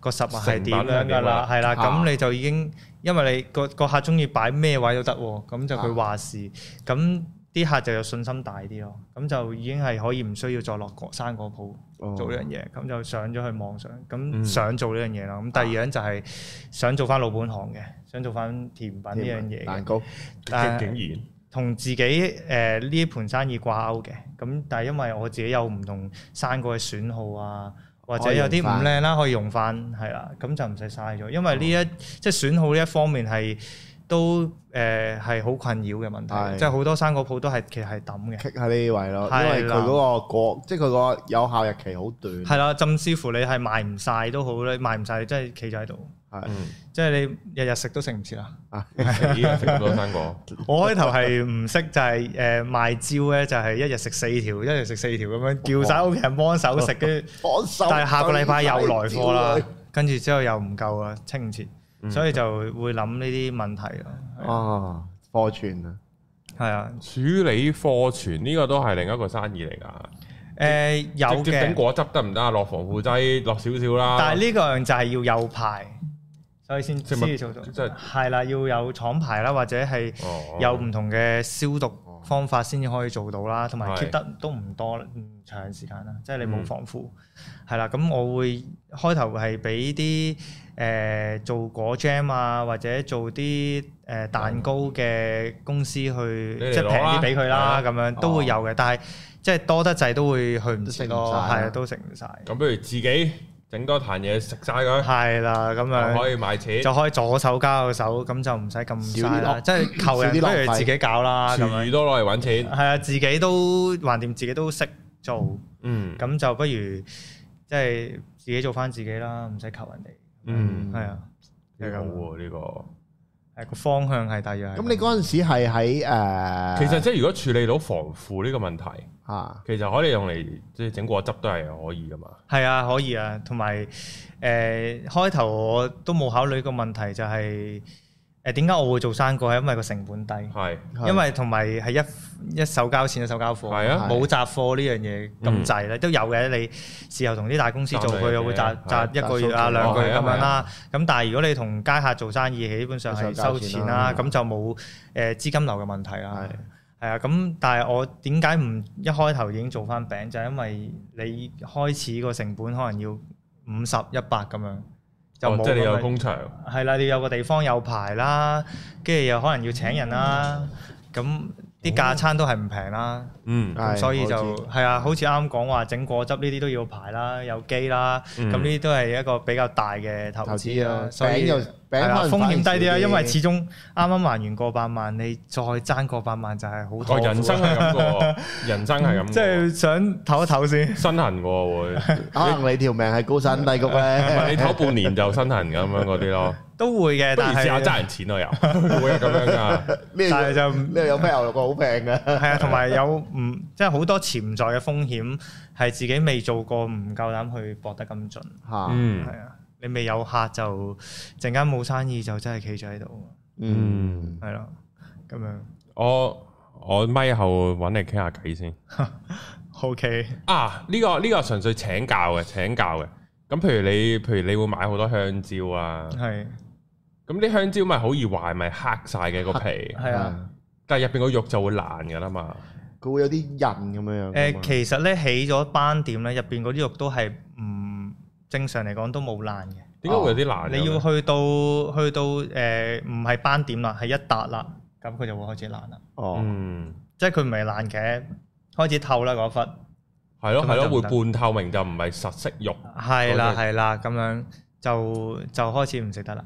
Speaker 3: 個實物係點樣㗎啦，係啦，
Speaker 2: 成品係點啊
Speaker 3: 咁你就已經因為你個個客中意擺咩位都得喎，咁就佢話事，咁啲客就有信心大啲咯，咁就已經係可以唔需要再落果生果鋪。做呢樣嘢，咁就上咗去網上，
Speaker 1: 嗯
Speaker 3: 咁想做呢樣嘢啦。咁第二樣就係想做翻老本行嘅，想做翻甜品
Speaker 2: Dạ,
Speaker 3: 呢樣嘢嘅
Speaker 2: 蛋，糕
Speaker 3: 但係
Speaker 1: 竟
Speaker 3: 同自己誒呢一盤生意掛鈎嘅。咁但係因為我自己有唔同生果嘅損耗啊，或者有啲唔靚啦，可以用翻，係啦，咁就唔使嘥咗。因為呢一即係損耗呢一方面係都誒係好困擾嘅問
Speaker 2: 係
Speaker 3: 題，即係好多生果鋪都係其實係抌嘅。
Speaker 2: 棘喺呢位咯，因
Speaker 3: 係啦
Speaker 2: 為佢嗰個果，即係佢個有效日期好短，
Speaker 3: 係啦，甚至乎你係賣唔晒都好咧，賣唔晒你真係企咗喺度。
Speaker 2: 係
Speaker 1: 嗯，
Speaker 3: 即係你日日食都食唔切啦。
Speaker 2: 啊，
Speaker 1: 死啊食咁多生 果，
Speaker 3: 我開頭係唔識就係誒賣蕉咧，就係一日食四條，一日食四條咁樣，叫晒屋企人幫手 食，跟住
Speaker 2: 幫手。
Speaker 3: 但係下個禮拜又來貨啦，跟住之後又唔夠啊，清唔切，
Speaker 1: 嗯
Speaker 3: 所以就會諗呢啲問題咯。
Speaker 1: 哦
Speaker 2: 啊，貨存啊，
Speaker 3: 係啊，
Speaker 1: 處理貨存呢個都係另一個生意嚟㗎。
Speaker 3: 誒呃有
Speaker 1: 直接整
Speaker 3: 嘅，
Speaker 1: 果汁得唔得啊？落防腐劑落少少啦。
Speaker 3: 但係呢個樣就係要有牌，所以先
Speaker 1: 即係
Speaker 3: 先
Speaker 1: 咪
Speaker 3: 至做到。
Speaker 1: 即係
Speaker 3: 係啦，要有廠牌啦，或者係。
Speaker 1: 哦
Speaker 3: 有唔同嘅消毒方法先至可以做到啦，同埋
Speaker 1: 係
Speaker 3: keep 得都唔多唔長時間啦，即係你冇
Speaker 1: 嗯
Speaker 3: 防腐係啦。咁我會開頭係俾啲誒做果 jam 啊，或者做啲誒、呃蛋糕嘅公司去
Speaker 1: 你嚟
Speaker 3: 即係平
Speaker 1: 攞啦
Speaker 3: 啲俾佢啦，
Speaker 1: 係
Speaker 3: 咁樣都會有嘅。但係即係多得滯都會去唔切
Speaker 2: 都食唔
Speaker 3: 咯，
Speaker 2: 晒啊
Speaker 3: 係啊，都食唔晒。
Speaker 1: 咁，不如自己整多壇嘢食晒佢，
Speaker 3: 係啦，咁
Speaker 1: 又
Speaker 3: 樣
Speaker 1: 可以賣錢，
Speaker 3: 就可以左手交右手，咁就唔使咁
Speaker 2: 少啲浪
Speaker 3: 嘥啦。即係求人
Speaker 2: 少啲
Speaker 3: 不
Speaker 2: 浪
Speaker 3: 如
Speaker 2: 費
Speaker 3: 自己搞啦，咁樣
Speaker 1: 廚。餘都攞嚟揾錢。
Speaker 3: 係啊，自己都橫掂，自己都識做，
Speaker 1: 嗯
Speaker 3: 咁就不如即係自己做翻自己啦，唔使求人哋。
Speaker 1: 嗯，
Speaker 3: 係啊，
Speaker 1: 幾好喎呢個。
Speaker 3: 係個方向係大約係
Speaker 2: 咁你嗰陣時係喺誒，
Speaker 1: 其實即係如果處理到防腐呢個問題，
Speaker 2: 啊，
Speaker 1: 其實可以用嚟即係整果汁都係可以噶嘛。
Speaker 3: 係啊，可以啊，同埋誒開頭我都冇考慮個問題就係誒點解我會做生果係因為個成本低，
Speaker 1: 係
Speaker 2: 係
Speaker 3: 因為同埋係一一手交錢一手交貨，
Speaker 1: 係嗯啊
Speaker 3: 冇雜貨呢樣嘢咁滯咧，都有嘅。你事後同啲大公司做，
Speaker 1: 三
Speaker 3: 佢
Speaker 1: 兩
Speaker 3: 又會賺
Speaker 1: 嘢
Speaker 3: 賺一個月啊
Speaker 2: 賺數
Speaker 3: 兩個月
Speaker 1: 哦
Speaker 3: 咁
Speaker 1: 係啊
Speaker 3: 樣啦。咁但係如果你同街客做生意，基本上
Speaker 2: 一手
Speaker 3: 係
Speaker 1: 啊
Speaker 2: 交
Speaker 3: 收
Speaker 2: 錢
Speaker 3: 錢
Speaker 2: 啦
Speaker 3: 啦，咁就冇誒資金流嘅問題啦
Speaker 2: 係。
Speaker 3: 係啊，咁但係我點解唔一開頭已經做翻餅？就係、因為你開始個成本可能要五十一百咁樣，就
Speaker 1: 哦
Speaker 3: 冇
Speaker 1: 即係你有
Speaker 3: 咁樣。
Speaker 1: 工場，
Speaker 3: 係啦，你有個地方有排啦，跟住又可能要請人啦，咁啲價餐都係唔平啦，
Speaker 1: 嗯，
Speaker 2: 係
Speaker 3: 咁所以就
Speaker 2: 我知
Speaker 3: 係啊，好似啱啱講話整果汁呢啲都要排啦，有機啦，
Speaker 1: 嗯
Speaker 3: 咁呢啲都係一個比較大嘅投
Speaker 2: 投
Speaker 3: 資
Speaker 2: 資
Speaker 3: 啦
Speaker 2: 啊，，
Speaker 3: 所
Speaker 2: 餅
Speaker 3: 以
Speaker 2: 又
Speaker 3: 係
Speaker 2: 餅
Speaker 3: 啦
Speaker 2: 可能
Speaker 3: 風險
Speaker 2: 反而
Speaker 3: 低啲啦，
Speaker 2: 少
Speaker 3: 因為始終啱啱還完過百萬，你再爭過百萬就係好
Speaker 1: 哦
Speaker 3: 多
Speaker 1: 人生係咁 個，人生係咁㗎喎，
Speaker 3: 即係想唞一唞先。
Speaker 1: 身痕喎 會。
Speaker 2: 可能你條命係高山低谷
Speaker 1: 唔係
Speaker 2: 咧，
Speaker 1: 你唞半年就身痕咁樣嗰啲 咯，
Speaker 3: 都會嘅，
Speaker 1: 不如
Speaker 3: 但
Speaker 1: 試下
Speaker 3: 係啊
Speaker 1: 揸人錢咯啊又， 會係咁樣噶，
Speaker 2: 呢
Speaker 3: 但係
Speaker 2: 度
Speaker 3: 就
Speaker 2: 呢度有 咩牛肉好平嘅，
Speaker 3: 係啊，同埋有唔即係好多潛在嘅風險係自己未做過，唔夠膽去搏得咁盡。
Speaker 2: 嚇，
Speaker 1: 嗯
Speaker 3: 係啊，你未有客就陣間冇生意就真係企咗喺度，
Speaker 1: 嗯，
Speaker 3: 係咯，咁樣。
Speaker 1: 我我咪後揾你傾下偈先。
Speaker 3: O K，
Speaker 1: 啊！呢、個呢、個純粹請教嘅，請教嘅。咁譬如你，譬如你會買好多香蕉啊，
Speaker 3: 係
Speaker 1: 咁啲香蕉咪好易壞，咪黑晒嘅個皮，
Speaker 3: 係啊。
Speaker 1: 但係入邊個肉就會爛㗎啦嘛。
Speaker 2: 佢會有啲印咁樣樣㗎嘛。
Speaker 3: 誒，其實咧起咗斑點咧，入邊嗰啲肉都係唔正常嚟講都冇爛嘅。
Speaker 1: 點解會有啲爛嘅咧？
Speaker 3: 哦你要去到去到誒唔係斑點啦，係一笪啦，咁佢就會開始爛啦。
Speaker 2: 哦，
Speaker 1: 嗯，
Speaker 3: 即係佢唔係爛嘅，開始透啦嗰忽。
Speaker 1: 係咯
Speaker 3: 咁
Speaker 1: 係
Speaker 3: 就
Speaker 1: 咯，會
Speaker 3: 唔得
Speaker 1: 半透明就唔係實色肉。
Speaker 3: 係啦
Speaker 1: OK
Speaker 3: 係啦，咁樣就就開始唔食得啦。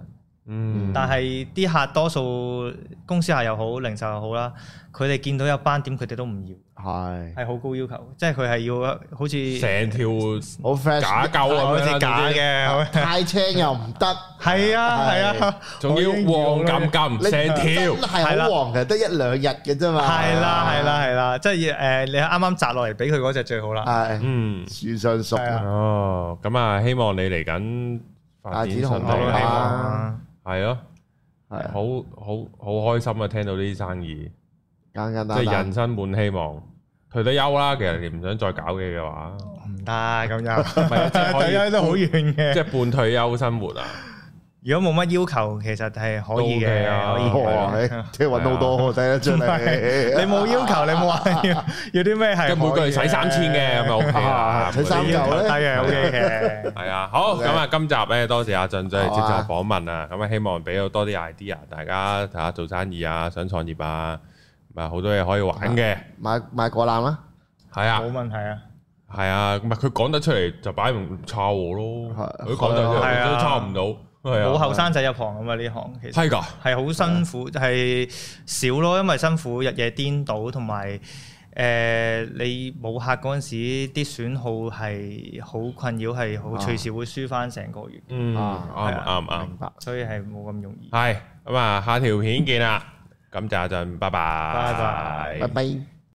Speaker 1: 嗯，
Speaker 3: 但係啲客多數公司客又好，零售又好啦，佢哋見到有斑點，佢哋都唔要，
Speaker 2: 係
Speaker 3: 係好高要求，即係佢係要好似
Speaker 1: 嗯成條
Speaker 2: 好 fresh，
Speaker 1: 假膠
Speaker 3: 好
Speaker 1: 咁
Speaker 3: 似
Speaker 1: 樣啦
Speaker 3: 假
Speaker 1: 總之
Speaker 3: 嘅，
Speaker 2: 太青又唔得，
Speaker 3: 係
Speaker 2: Ờ,
Speaker 3: 啊係啊，
Speaker 1: 仲要黃咁咁成條
Speaker 2: 真。係好黃嘅，得一兩日嘅啫嘛。
Speaker 3: 係啦係啦係啦，即係誒你啱啱摘落嚟俾佢嗰只最好啦，
Speaker 2: 係
Speaker 1: 嗯，
Speaker 2: 樹上熟，
Speaker 3: 係啊
Speaker 1: 哦，咁啊，希望你嚟緊發展
Speaker 2: 發展紅
Speaker 1: 順
Speaker 2: 利
Speaker 1: 利
Speaker 2: 啦
Speaker 1: 啦，希望
Speaker 3: 啊
Speaker 1: 係咯。
Speaker 2: 係啊
Speaker 1: 好好好開心啊！聽到呢啲生意，
Speaker 2: 簡簡
Speaker 1: 即
Speaker 2: 單
Speaker 1: 係
Speaker 2: 單
Speaker 1: 人。生滿希望。退咗休啦，其實你唔想再搞嘢嘅 話，
Speaker 3: 唔得咁又，
Speaker 1: 係即係可以
Speaker 3: 大家都好遠
Speaker 1: 即
Speaker 3: 嘅。
Speaker 1: 係半退休生活啊！
Speaker 3: 如果冇乜要求，其實係可以
Speaker 1: 都 OK 啊
Speaker 3: 嘅，可以嘅。
Speaker 2: 哇！你即係揾好多，睇得出
Speaker 3: 唔
Speaker 2: 你。
Speaker 3: 係 你冇要求，你冇話要要啲咩
Speaker 1: 即
Speaker 3: 係
Speaker 1: 係每個月使三千嘅咁啊 OK 啦，
Speaker 2: 使三
Speaker 3: 你要求低啊嘅 OK 嘅。
Speaker 1: 係啊，好
Speaker 2: OK
Speaker 1: 咁啊！今集咧多謝阿俊仔接
Speaker 2: 好
Speaker 1: 受
Speaker 2: 啊
Speaker 1: 訪問啊，咁啊希望俾到多啲 idea，大家睇下做生意啊，想創業啊，咪好多嘢可以玩嘅，
Speaker 2: 買買果籃啦，
Speaker 1: 係啊
Speaker 3: 冇，問題啊，
Speaker 1: 係啊，唔係佢講得出嚟就擺明抄我咯，
Speaker 2: 係
Speaker 1: 佢講得出
Speaker 3: 係
Speaker 1: 嚟
Speaker 3: 啊
Speaker 1: 都抄唔到，係
Speaker 3: 冇
Speaker 1: 啊，
Speaker 3: 後生仔入行啊嘛呢行其實
Speaker 1: 係㗎。
Speaker 3: 係好辛苦，係少咯，因為辛苦日夜顛倒，同埋誒你冇客嗰陣時啲損耗係好困擾，係好
Speaker 2: 啊
Speaker 3: 隨時會輸翻成個月，
Speaker 1: 嗯，
Speaker 2: 啊
Speaker 1: 啱
Speaker 3: 係
Speaker 1: 啱啱
Speaker 2: 明，白。
Speaker 3: 所以係冇咁容易。
Speaker 1: 係咁啊，下條片見啦，咁就一陣，拜拜，
Speaker 3: 拜
Speaker 2: 拜
Speaker 3: 拜
Speaker 2: 拜。